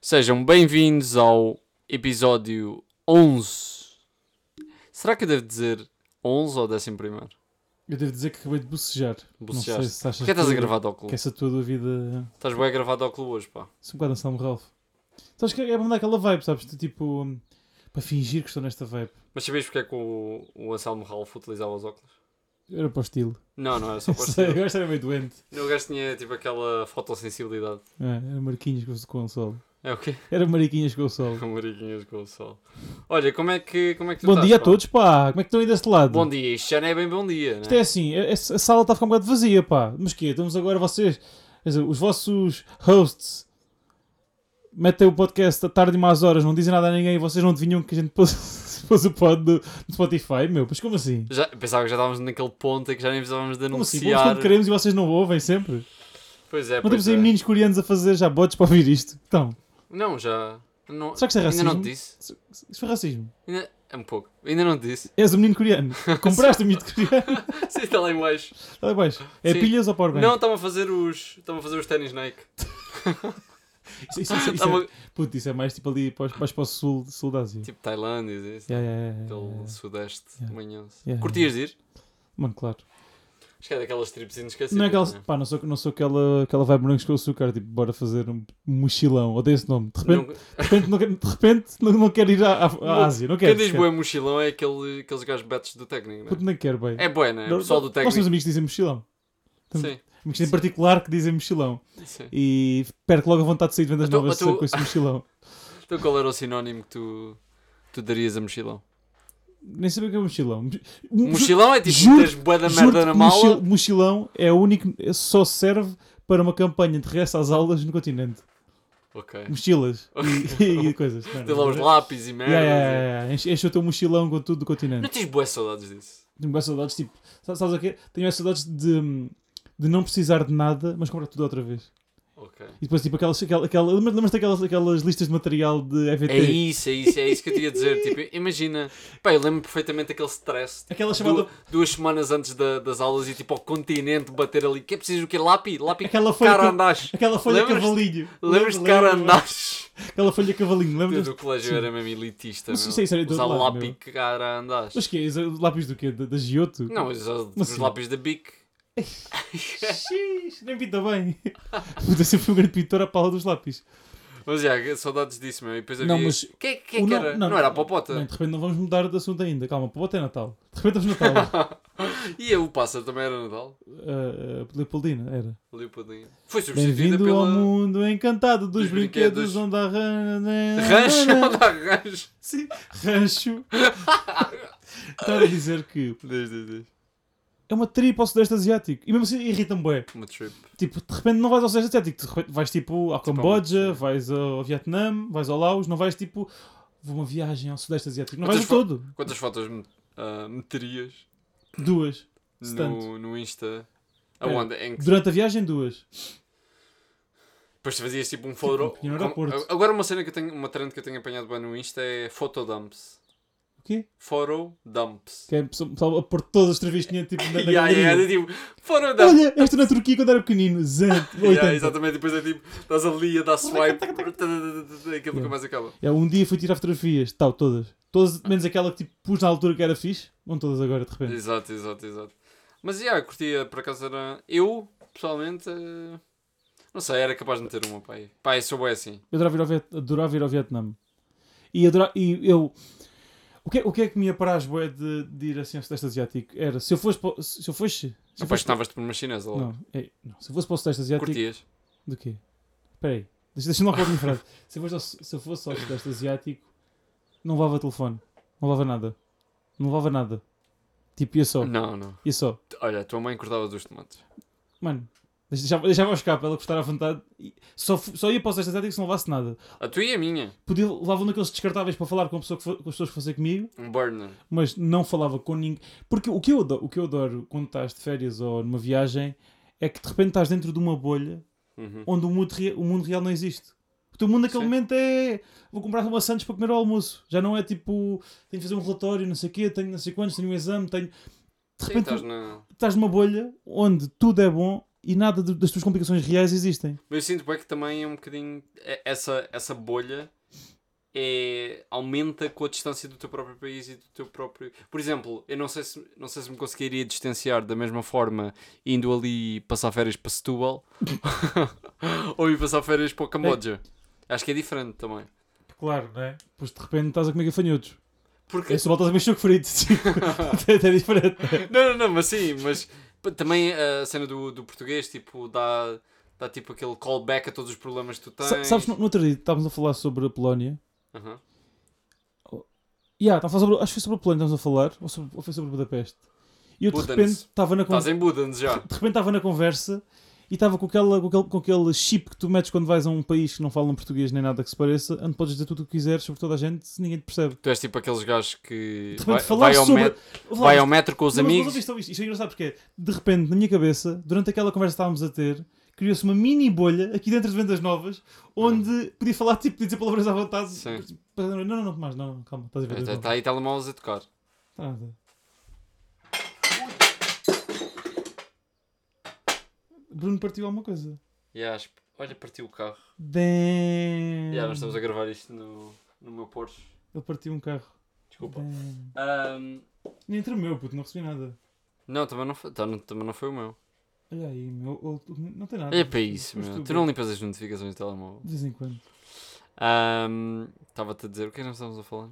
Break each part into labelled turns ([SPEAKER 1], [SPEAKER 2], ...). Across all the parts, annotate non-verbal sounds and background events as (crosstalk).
[SPEAKER 1] Sejam bem-vindos ao episódio 11. Será que eu devo dizer 11 ou 11 primeiro?
[SPEAKER 2] Eu devo dizer que acabei de bocejar.
[SPEAKER 1] Bocejaste.
[SPEAKER 2] Não sei se achas
[SPEAKER 1] Porquê estás a
[SPEAKER 2] que-
[SPEAKER 1] gravar de
[SPEAKER 2] Que
[SPEAKER 1] óculos?
[SPEAKER 2] essa tua dúvida.
[SPEAKER 1] Estás bem a gravar de óculos hoje, pá.
[SPEAKER 2] Sou um bocado Anselmo Ralph. Sabes que é para dar aquela vibe, sabes? De, tipo, hum, para fingir que estou nesta vibe.
[SPEAKER 1] Mas sabias porque é que o, o Anselmo Ralph utilizava os óculos?
[SPEAKER 2] Era para o estilo.
[SPEAKER 1] Não, não era só para
[SPEAKER 2] Eu (laughs) sei,
[SPEAKER 1] ser.
[SPEAKER 2] eu acho que era meio doente.
[SPEAKER 1] O gajo tinha tipo aquela fotossensibilidade.
[SPEAKER 2] É, era Marquinhos com o- com o sol.
[SPEAKER 1] É o quê? (laughs)
[SPEAKER 2] Era Mariquinhas com o sol.
[SPEAKER 1] Mariquinhas com o sol. Olha, como é que, como é que tu
[SPEAKER 2] Bom
[SPEAKER 1] estás,
[SPEAKER 2] dia a
[SPEAKER 1] pá?
[SPEAKER 2] todos, pá. Como é que estão aí deste lado?
[SPEAKER 1] Bom dia, isto já não é bem bom dia,
[SPEAKER 2] Isto é
[SPEAKER 1] né?
[SPEAKER 2] assim, a, a sala está a ficar um bocado vazia, pá. Mas quê? Estamos agora vocês, quer dizer, os vossos hosts metem o podcast à tarde e más horas, não dizem nada a ninguém e vocês não adivinham que a gente pôs, (laughs) pôs o pod no, no Spotify, meu. Mas como assim?
[SPEAKER 1] Já, pensava que já estávamos naquele ponto em que já nem precisávamos de
[SPEAKER 2] Como assim? Vamos
[SPEAKER 1] anunciar.
[SPEAKER 2] quando queremos e vocês não ouvem sempre.
[SPEAKER 1] pois é,
[SPEAKER 2] não
[SPEAKER 1] pois
[SPEAKER 2] temos
[SPEAKER 1] é.
[SPEAKER 2] aí meninos coreanos a fazer já bots para ouvir isto. Então,
[SPEAKER 1] Não, já. Não,
[SPEAKER 2] Será que isso é
[SPEAKER 1] ainda não
[SPEAKER 2] racismo?
[SPEAKER 1] te disse.
[SPEAKER 2] isso foi racismo.
[SPEAKER 1] Ainda, é um pouco. Ainda não te disse. (laughs)
[SPEAKER 2] És um menino coreano. Compraste um menino coreano. (laughs)
[SPEAKER 1] Sim, está lá em baixo.
[SPEAKER 2] Está baixo. É
[SPEAKER 1] Sim.
[SPEAKER 2] pilhas ou powerbank?
[SPEAKER 1] Não, estão a fazer os. Estão a fazer os ténis Nike.
[SPEAKER 2] Isso, isso- isso- isso
[SPEAKER 1] Tava-
[SPEAKER 2] é, puto, isso é mais tipo ali, para os- mais para o sul, sul da Ásia.
[SPEAKER 1] Tipo Tailândia, isso.
[SPEAKER 2] Yeah, yeah, yeah, yeah,
[SPEAKER 1] Aquele
[SPEAKER 2] yeah.
[SPEAKER 1] sudeste
[SPEAKER 2] Yeah.
[SPEAKER 1] manhoso.
[SPEAKER 2] Yeah.
[SPEAKER 1] Curtias de ir?
[SPEAKER 2] Mano, claro.
[SPEAKER 1] Acho que é daquelas trips inesquecíveis.
[SPEAKER 2] não é aquela,
[SPEAKER 1] né?
[SPEAKER 2] pá, não sou, não sou aquela, aquela vibe morangos com açúcar, tipo, bora fazer um mochilão, odeio esse nome. De repente,
[SPEAKER 1] Nunca-
[SPEAKER 2] de repente, não, quero- de repente não, não quero ir à, à- à
[SPEAKER 1] Não,
[SPEAKER 2] Ásia, não quero.
[SPEAKER 1] Quem diz
[SPEAKER 2] esquece.
[SPEAKER 1] bué mochilão é aquele, aqueles gajos betos do técnico,
[SPEAKER 2] assim. Puto,
[SPEAKER 1] né?
[SPEAKER 2] não quero, bem.
[SPEAKER 1] É bué, né? O
[SPEAKER 2] Nós-
[SPEAKER 1] pessoal do
[SPEAKER 2] Nós temos
[SPEAKER 1] técnico.
[SPEAKER 2] amigos que dizem mochilão. temos-
[SPEAKER 1] Sim,
[SPEAKER 2] Amigos em
[SPEAKER 1] Sim.
[SPEAKER 2] particular que dizem mochilão.
[SPEAKER 1] sim.
[SPEAKER 2] E perco logo a vontade de sair de vendas
[SPEAKER 1] Então,
[SPEAKER 2] novas
[SPEAKER 1] mas tu-
[SPEAKER 2] com esse mochilão.
[SPEAKER 1] Então qual era o sinónimo que tu, tu darias a mochilão?
[SPEAKER 2] Nem sabia o que é mochilão. Mo-
[SPEAKER 1] Mochilão é tipo
[SPEAKER 2] juro-
[SPEAKER 1] teres bué da
[SPEAKER 2] ju- juro-te
[SPEAKER 1] merda na
[SPEAKER 2] que
[SPEAKER 1] mala.
[SPEAKER 2] mochil- Mochilão é o único, é- só serve para uma campanha de regresso às aulas no continente.
[SPEAKER 1] Ok.
[SPEAKER 2] Mochilas
[SPEAKER 1] (laughs)
[SPEAKER 2] e, e- e coisas.
[SPEAKER 1] É. Tem lá os lápis e merda.
[SPEAKER 2] Yeah, yeah, yeah, yeah. é, Enche, enche o teu mochilão com tudo do
[SPEAKER 1] Não
[SPEAKER 2] continente.
[SPEAKER 1] tens boas saudades disso.
[SPEAKER 2] Tenho boas saudades, tipo, sa- sabes o quê? Tenho boas saudades de, de não precisar de nada, mas comprar tudo outra vez.
[SPEAKER 1] Ok.
[SPEAKER 2] E depois, tipo, aquelas. Aquela, aquela, lembra- Lembras-te daquelas aquelas listas de material de EVT?
[SPEAKER 1] É isso, é isso, é isso que eu te ia dizer. Tipo, imagina, pá, eu lembro perfeitamente aquele stress. tipo,
[SPEAKER 2] Aquela chamada-
[SPEAKER 1] du- Duas semanas antes da- das aulas e tipo ao continente bater ali. Que é preciso o quê? Lápi? Lápi?
[SPEAKER 2] Aquela folha que-
[SPEAKER 1] Carandás.
[SPEAKER 2] Aquela folha
[SPEAKER 1] Lembras-te?
[SPEAKER 2] cavalinho.
[SPEAKER 1] Lembras-te de
[SPEAKER 2] Lembro, lembro.
[SPEAKER 1] carandás?
[SPEAKER 2] Aquela folha cavalinho,
[SPEAKER 1] Eu
[SPEAKER 2] lembras?
[SPEAKER 1] do colégio
[SPEAKER 2] Sim.
[SPEAKER 1] era mesmo elitista.
[SPEAKER 2] Mas
[SPEAKER 1] meu.
[SPEAKER 2] isso é- isso é do
[SPEAKER 1] Usar
[SPEAKER 2] outro lado,
[SPEAKER 1] lápi
[SPEAKER 2] meu.
[SPEAKER 1] carandás.
[SPEAKER 2] Mas que é? Isso é o Lápis do quê? Da, da Giotto? (laughs)
[SPEAKER 1] Não, usar
[SPEAKER 2] Mas
[SPEAKER 1] os
[SPEAKER 2] sim.
[SPEAKER 1] lápis da Bic.
[SPEAKER 2] Xis, nem pinta bem. (laughs) Puta, sempre fui um grande pintor à pala dos lápis.
[SPEAKER 1] Mas é, saudades disso, meu. E depois havia.
[SPEAKER 2] Não, mas-
[SPEAKER 1] Quem é quem é
[SPEAKER 2] O
[SPEAKER 1] que
[SPEAKER 2] no-
[SPEAKER 1] era? Não, era a popota.
[SPEAKER 2] Bem, de repente não vamos mudar de assunto ainda. Calma, Popota é Natal. De repente
[SPEAKER 1] (laughs)
[SPEAKER 2] estamos no Natal.
[SPEAKER 1] E o pássaro também era Natal.
[SPEAKER 2] uh, uh, Leopoldina, era.
[SPEAKER 1] Leopoldinho. Foi substituída
[SPEAKER 2] Bem-vindo
[SPEAKER 1] pela.
[SPEAKER 2] ao mundo encantado dos,
[SPEAKER 1] dos
[SPEAKER 2] brinquedos,
[SPEAKER 1] brinquedos.
[SPEAKER 2] onde há ran...
[SPEAKER 1] Rancho, onde há rancho.
[SPEAKER 2] Sim, rancho.
[SPEAKER 1] (laughs)
[SPEAKER 2] Estava a dizer que
[SPEAKER 1] Diz, diz, diz.
[SPEAKER 2] é uma tripa ao Sudeste Asiático. E mesmo assim irrita-me bué.
[SPEAKER 1] Uma trip.
[SPEAKER 2] Tipo, de repente não vais ao Sudeste Asiático. De repente vais tipo ao
[SPEAKER 1] Tipo,
[SPEAKER 2] Camboja,
[SPEAKER 1] ao-
[SPEAKER 2] vais ao Vietnã, vais ao Laos. Não vais tipo... Vou uma viagem ao Sudeste Asiático. Não vais
[SPEAKER 1] Quantas
[SPEAKER 2] o todo.
[SPEAKER 1] Quantas fotos me- ah, meterias
[SPEAKER 2] Duas. Se
[SPEAKER 1] no,
[SPEAKER 2] tanto.
[SPEAKER 1] no Insta?
[SPEAKER 2] Pera.
[SPEAKER 1] Aonde? Em que
[SPEAKER 2] Durante a viagem, duas.
[SPEAKER 1] depois fazias tipo um photo.
[SPEAKER 2] Tipo, no aeroporto.
[SPEAKER 1] Como- Agora uma cena que eu tenho, uma trend que eu tenho apanhado bem no Insta é photodumps.
[SPEAKER 2] O quê?
[SPEAKER 1] Photo dumps.
[SPEAKER 2] Que é pessoal- pessoal a pôr todas as três tinha tipo na, na
[SPEAKER 1] Yeah,
[SPEAKER 2] galeria.
[SPEAKER 1] yeah, é tipo, photo dump.
[SPEAKER 2] Olha, esta na Turquia quando era pequenino. Zante,
[SPEAKER 1] (laughs)
[SPEAKER 2] 80.
[SPEAKER 1] Yeah, exatamente, depois é tipo, estás ali a dar swipe, (laughs) aquilo nunca mais acaba.
[SPEAKER 2] É, um dia fui tirar fotografias, tal, todas. Todas, menos aquela que tipo, pus na altura que era fixe. Não todas agora, de repente.
[SPEAKER 1] Exato, exato, exato. Mas yeah, curtia, por acaso era. Eu, pessoalmente, eh, não sei, era capaz de meter uma, pai. Pai, sou bem assim.
[SPEAKER 2] Eu adorava ir ao, Viet... adorava ir ao Vietnã. E, adora- e eu... O que, é, o que é que me ia parar as boé de, de ir assim ao Sudeste Asiático? Era, se eu fosse... pa- Se eu fosse... Se eu fosse...
[SPEAKER 1] Apaixonavas-te por uma chinesa logo.
[SPEAKER 2] Não, é- não, se eu fosse para o Sudeste Asiático...
[SPEAKER 1] Curtias.
[SPEAKER 2] Do quê? Espera aí. Deixa- Deixa-me lá pôr em frente. Se eu fosse ao, se eu fosse ao Sudeste Asiático, não levava telefone. Não levava nada. Não levava nada. Tipo, ia só.
[SPEAKER 1] Não, não.
[SPEAKER 2] Ia só.
[SPEAKER 1] Olha, a tua mãe cortava dos tomates.
[SPEAKER 2] Mano, deixa- deixava, deixava os capa, ela gostar à vontade. E Só, fu- só ia para o Sudeste Asiático se não levasse nada.
[SPEAKER 1] A tua e a minha.
[SPEAKER 2] Podia, levavam naqueles descartáveis para falar com, a pessoa que fo- com as pessoas que fossem comigo,
[SPEAKER 1] Um burner.
[SPEAKER 2] mas não falava com ninguém. Porque o que, eu adoro, o que eu adoro quando estás de férias ou numa viagem é que de repente estás dentro de uma bolha
[SPEAKER 1] Uhum.
[SPEAKER 2] onde o mundo, rea- o mundo real não existe. O teu mundo naquele
[SPEAKER 1] Sim.
[SPEAKER 2] momento é vou comprar uma Santos para comer ao almoço. Já não é tipo tenho de fazer um relatório, não sei o quê, tenho não sei quantos, tenho um exame, tenho. De
[SPEAKER 1] Sim,
[SPEAKER 2] repente
[SPEAKER 1] estás na.
[SPEAKER 2] estás numa bolha onde tudo é bom e nada de- das tuas complicações reais existem.
[SPEAKER 1] Mas eu sinto bem que também é um bocadinho. é- Essa, essa bolha é, aumenta com a distância do teu próprio país e do teu próprio. Por exemplo, eu não sei se, não sei se me conseguiria distanciar da mesma forma indo ali passar férias para Setúbal (laughs) ou ir passar férias para o Camboja. Acho que é diferente também.
[SPEAKER 2] Claro, não é? Pois de repente estás a comer gafanhotos.
[SPEAKER 1] Porque.
[SPEAKER 2] Esse voltas a comer choco frito. (laughs)
[SPEAKER 1] (laughs)
[SPEAKER 2] Tipo, é até diferente.
[SPEAKER 1] Não, não, não, mas sim, mas p- também eh, a cena do, do português, tipo, dá, dá tipo aquele callback a todos os problemas que tu tens.
[SPEAKER 2] Sa- Sabes, no no outro dia estávamos a falar sobre a Polónia.
[SPEAKER 1] Aham.
[SPEAKER 2] Yeah, estava a falar sobre, acho que foi sobre a Polónia que estávamos a falar, ou, sobre- ou foi sobre Budapeste. E eu de
[SPEAKER 1] Budapeste.
[SPEAKER 2] repente estava na, con-
[SPEAKER 1] Estás em Budans já.
[SPEAKER 2] de repente estava na conversa e estava com, aquela, com, aquele, com aquele chip que tu metes quando vais a um país que não falam português nem nada que se pareça, onde podes dizer tudo o que quiseres sobre toda a gente se ninguém te percebe.
[SPEAKER 1] Tu és tipo aqueles gajos que
[SPEAKER 2] De repente
[SPEAKER 1] vai,
[SPEAKER 2] falar
[SPEAKER 1] vai ao
[SPEAKER 2] sobre.
[SPEAKER 1] met-
[SPEAKER 2] Ouve lá,
[SPEAKER 1] vai ao metro com os
[SPEAKER 2] Não, mas- mas
[SPEAKER 1] amigos.
[SPEAKER 2] ouviste, ouviste. Isto é engraçado porque, de repente, na minha cabeça, durante aquela conversa que estávamos a ter, criou-se uma mini bolha aqui dentro de vendas novas, onde podia falar, tipo, podia dizer palavras à vontade.
[SPEAKER 1] Uhum. Sim. É, tá.
[SPEAKER 2] Não, não, não, mais, não, não, calma, estás a ver.
[SPEAKER 1] Está aí telemóveis a tocar.
[SPEAKER 2] Tá nada. Bruno partiu alguma coisa.
[SPEAKER 1] Yeah, acho- Olha, partiu o carro.
[SPEAKER 2] Damn.
[SPEAKER 1] Yeah, nós estamos a gravar isto no, no meu Porsche.
[SPEAKER 2] Ele partiu um carro.
[SPEAKER 1] Desculpa. Um,
[SPEAKER 2] Damn.
[SPEAKER 1] Ahm,
[SPEAKER 2] Nem entre o meu, puto, não recebi nada.
[SPEAKER 1] não, também não, foi, tá, não- também não foi o meu.
[SPEAKER 2] Olha aí, meu, ele- não tem nada.
[SPEAKER 1] É para isso,
[SPEAKER 2] Ah, Mas
[SPEAKER 1] meu.
[SPEAKER 2] tu,
[SPEAKER 1] Tu não limpas as notificações do telemóvel.
[SPEAKER 2] De vez em quando.
[SPEAKER 1] Ahm, Estava-te a dizer, o que é que nós estávamos a falar?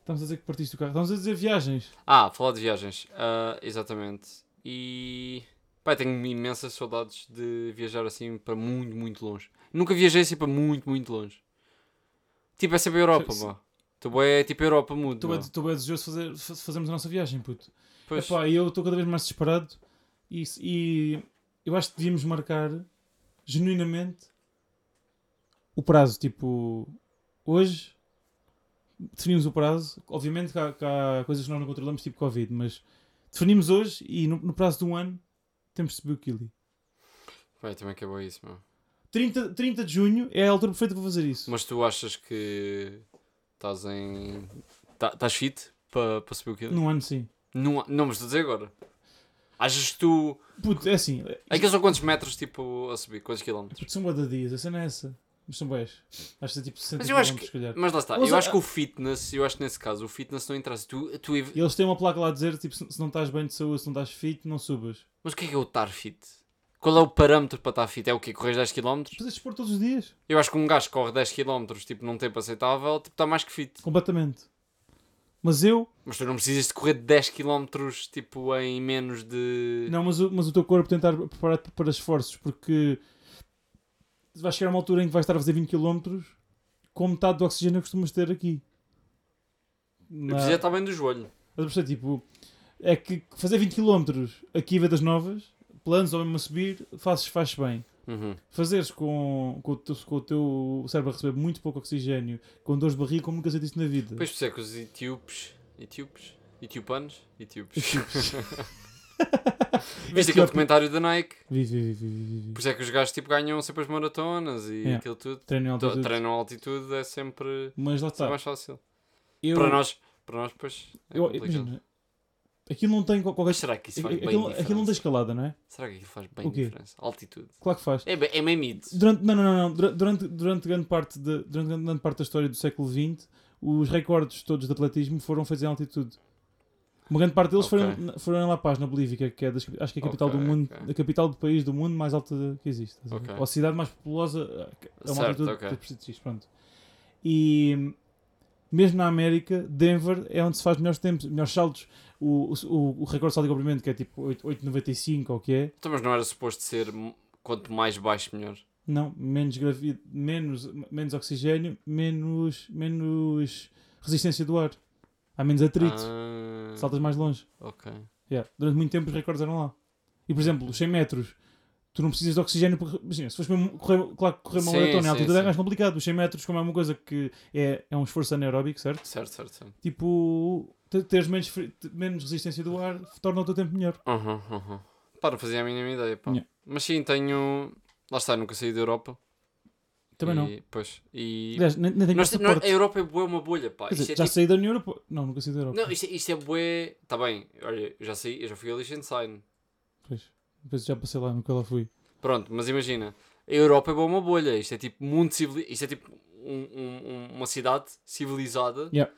[SPEAKER 2] Estamos a dizer que partiste o carro. Estamos a dizer viagens.
[SPEAKER 1] Ah, falar de viagens. Ah, exatamente. E. Pai, tenho imensas saudades de viajar assim para muito, muito longe. Nunca viajei assim para muito, muito longe. Tipo, é sempre a Europa,
[SPEAKER 2] Sim, sim.
[SPEAKER 1] pá. Tu é tipo a Europa mudo.
[SPEAKER 2] Tu é,
[SPEAKER 1] meu.
[SPEAKER 2] tu é desejoso fazer, fa- fazermos a nossa viagem, puto.
[SPEAKER 1] Pois.
[SPEAKER 2] Epá, eu estou cada vez mais desesperado e, se- e eu acho que devíamos marcar genuinamente o prazo. Tipo, hoje definimos o prazo. Obviamente que há, que há coisas que nós não controlamos, tipo Covid, mas definimos hoje e no, no prazo de um ano temos de subir o quilo.
[SPEAKER 1] Pai, também acabou isso, meu.
[SPEAKER 2] 30, 30 de junho é a altura perfeita para fazer isso.
[SPEAKER 1] Mas tu achas que estás em. tá- Estás fit para para subir o quilo?
[SPEAKER 2] Num ano, sim.
[SPEAKER 1] Não, não, mas estou a dizer agora. Achas que tu.
[SPEAKER 2] Puto, é assim.
[SPEAKER 1] Aqueles são quantos metros tipo a subir? Quantos quilómetros?
[SPEAKER 2] Porque são bué de dias, a cena é essa. Mas são boés. Acho que é tipo 60
[SPEAKER 1] Mas eu acho
[SPEAKER 2] quilómetros, se calhar.
[SPEAKER 1] Mas lá está,
[SPEAKER 2] Mas
[SPEAKER 1] eu
[SPEAKER 2] a-
[SPEAKER 1] acho que o fitness, eu acho que nesse caso o fitness não interessa. Tu, tu ev-
[SPEAKER 2] E eles têm uma placa lá a dizer, tipo, se se não estás bem de saúde, se não estás fit, não subas.
[SPEAKER 1] Mas o que é que é o estar fit? Qual é o parâmetro para estar fit? É o quê? Correr 10km?
[SPEAKER 2] Precisas de expor todos os dias.
[SPEAKER 1] Eu acho que um gajo que corre 10km tipo, num tempo aceitável tipo, está mais que fit.
[SPEAKER 2] Completamente. Mas eu...
[SPEAKER 1] Mas tu não precisas de correr 10km tipo, em menos de.
[SPEAKER 2] Não, mas o, mas o teu corpo tentar preparar-te para esforços, porque vais chegar a uma altura em que vais estar a fazer 20 km com metade do oxigênio que costumas ter aqui.
[SPEAKER 1] Eu
[SPEAKER 2] Na...
[SPEAKER 1] preciso é estar bem do joelho.
[SPEAKER 2] Estás a perceber? Tipo, é que fazer 20 km aqui em Vendas Novas, planos ou mesmo a subir, fazes, fazes bem.
[SPEAKER 1] Uhum.
[SPEAKER 2] fazeres com, com, o teu, com o teu cérebro a receber muito pouco oxigênio, com dores de barriga, como nunca sentiste na vida.
[SPEAKER 1] Depois por isso é que os etíopes. Etíopes? Etiopanos?
[SPEAKER 2] (laughs)
[SPEAKER 1] Etíopes. Viste aquele
[SPEAKER 2] Etíope.
[SPEAKER 1] documentário da Nike?
[SPEAKER 2] Vi, vi, vi, vi, vi, vi.
[SPEAKER 1] Por isso é que os gajos tipo, ganham sempre as maratonas e
[SPEAKER 2] Yeah.
[SPEAKER 1] aquilo tudo.
[SPEAKER 2] Treino em
[SPEAKER 1] To-
[SPEAKER 2] altitude.
[SPEAKER 1] Treinam Então, a altitude é sempre
[SPEAKER 2] Mas lá está.
[SPEAKER 1] mais fácil.
[SPEAKER 2] Eu,
[SPEAKER 1] Para nós, para nós, pois. É
[SPEAKER 2] eu,
[SPEAKER 1] complicado.
[SPEAKER 2] imagina, aquilo não tem qual- qualquer.
[SPEAKER 1] Mas será que isso faz bem
[SPEAKER 2] Aquilo,
[SPEAKER 1] diferença?
[SPEAKER 2] aquilo não tem escalada, não é?
[SPEAKER 1] Será que aquilo faz bem
[SPEAKER 2] O quê?
[SPEAKER 1] diferença? Altitude.
[SPEAKER 2] Claro que faz.
[SPEAKER 1] É, bem- é meio mito.
[SPEAKER 2] Durante, não, não, não, não. Dura- Durante, durante, grande parte de, durante grande grande parte da história do século XX, os recordes todos de atletismo foram feitos em altitude. Uma grande parte deles
[SPEAKER 1] Ok.
[SPEAKER 2] foram, na- foram em La Paz, na Bolívia, que é- que é das, acho que é a capital
[SPEAKER 1] Ok,
[SPEAKER 2] do mundo,
[SPEAKER 1] ok.
[SPEAKER 2] a capital do país do mundo mais alta que existe. estás a ver?
[SPEAKER 1] Ok.
[SPEAKER 2] Ou a cidade mais populosa, é uma
[SPEAKER 1] Certo,
[SPEAKER 2] altitude
[SPEAKER 1] ok.
[SPEAKER 2] que precisas, pronto. E mesmo na América, Denver é onde se faz melhores tempos, melhores saltos. O, o, o recorde de salto de comprimento, que é tipo 8 8,95 ou o que é,
[SPEAKER 1] Então, mas não era suposto ser m- quanto mais baixo, melhor.
[SPEAKER 2] não, menos gravi... menos, menos oxigênio, menos, menos resistência do ar. Há menos atrito,
[SPEAKER 1] Ah,
[SPEAKER 2] saltas mais longe.
[SPEAKER 1] ok.
[SPEAKER 2] Yeah. Durante muito tempo os recordes eram lá. E por exemplo, os 100 metros, tu não precisas de oxigênio. Porque, imagina, se fores mesmo correr, claro, que correr uma
[SPEAKER 1] Sim,
[SPEAKER 2] maratona
[SPEAKER 1] sim,
[SPEAKER 2] em altitude é
[SPEAKER 1] sim.
[SPEAKER 2] mais complicado. Os 100 metros, como é uma coisa que é, é um esforço anaeróbico, certo?
[SPEAKER 1] Certo, certo, certo.
[SPEAKER 2] Tipo, te- teres menos, fri- te- menos resistência do ar torna o teu tempo melhor.
[SPEAKER 1] Aham, aham. Pá, não fazia a mínima ideia, pá.
[SPEAKER 2] Yeah.
[SPEAKER 1] Mas sim, tenho... Lá está, nunca saí da Europa.
[SPEAKER 2] Também
[SPEAKER 1] e,
[SPEAKER 2] não.
[SPEAKER 1] Pois, e...
[SPEAKER 2] Aliás, nem, nem tenho
[SPEAKER 1] Nós- nós- a
[SPEAKER 2] passaporte.
[SPEAKER 1] Europa é bué uma bolha, pá.
[SPEAKER 2] Quer
[SPEAKER 1] Isto
[SPEAKER 2] dizer,
[SPEAKER 1] é
[SPEAKER 2] já
[SPEAKER 1] tipo-
[SPEAKER 2] saí da União Europeia. Não, nunca saí da Europa.
[SPEAKER 1] Não, isto, é- isto é bué... Está bem, olha, eu já saí, eu já fui a Liechtenstein.
[SPEAKER 2] Pois, depois já passei lá, nunca lá fui.
[SPEAKER 1] Pronto, mas imagina, a Europa é bom uma bolha, isto é tipo mundo civili... isto é tipo um- um- um- uma cidade civilizada.
[SPEAKER 2] Yeah.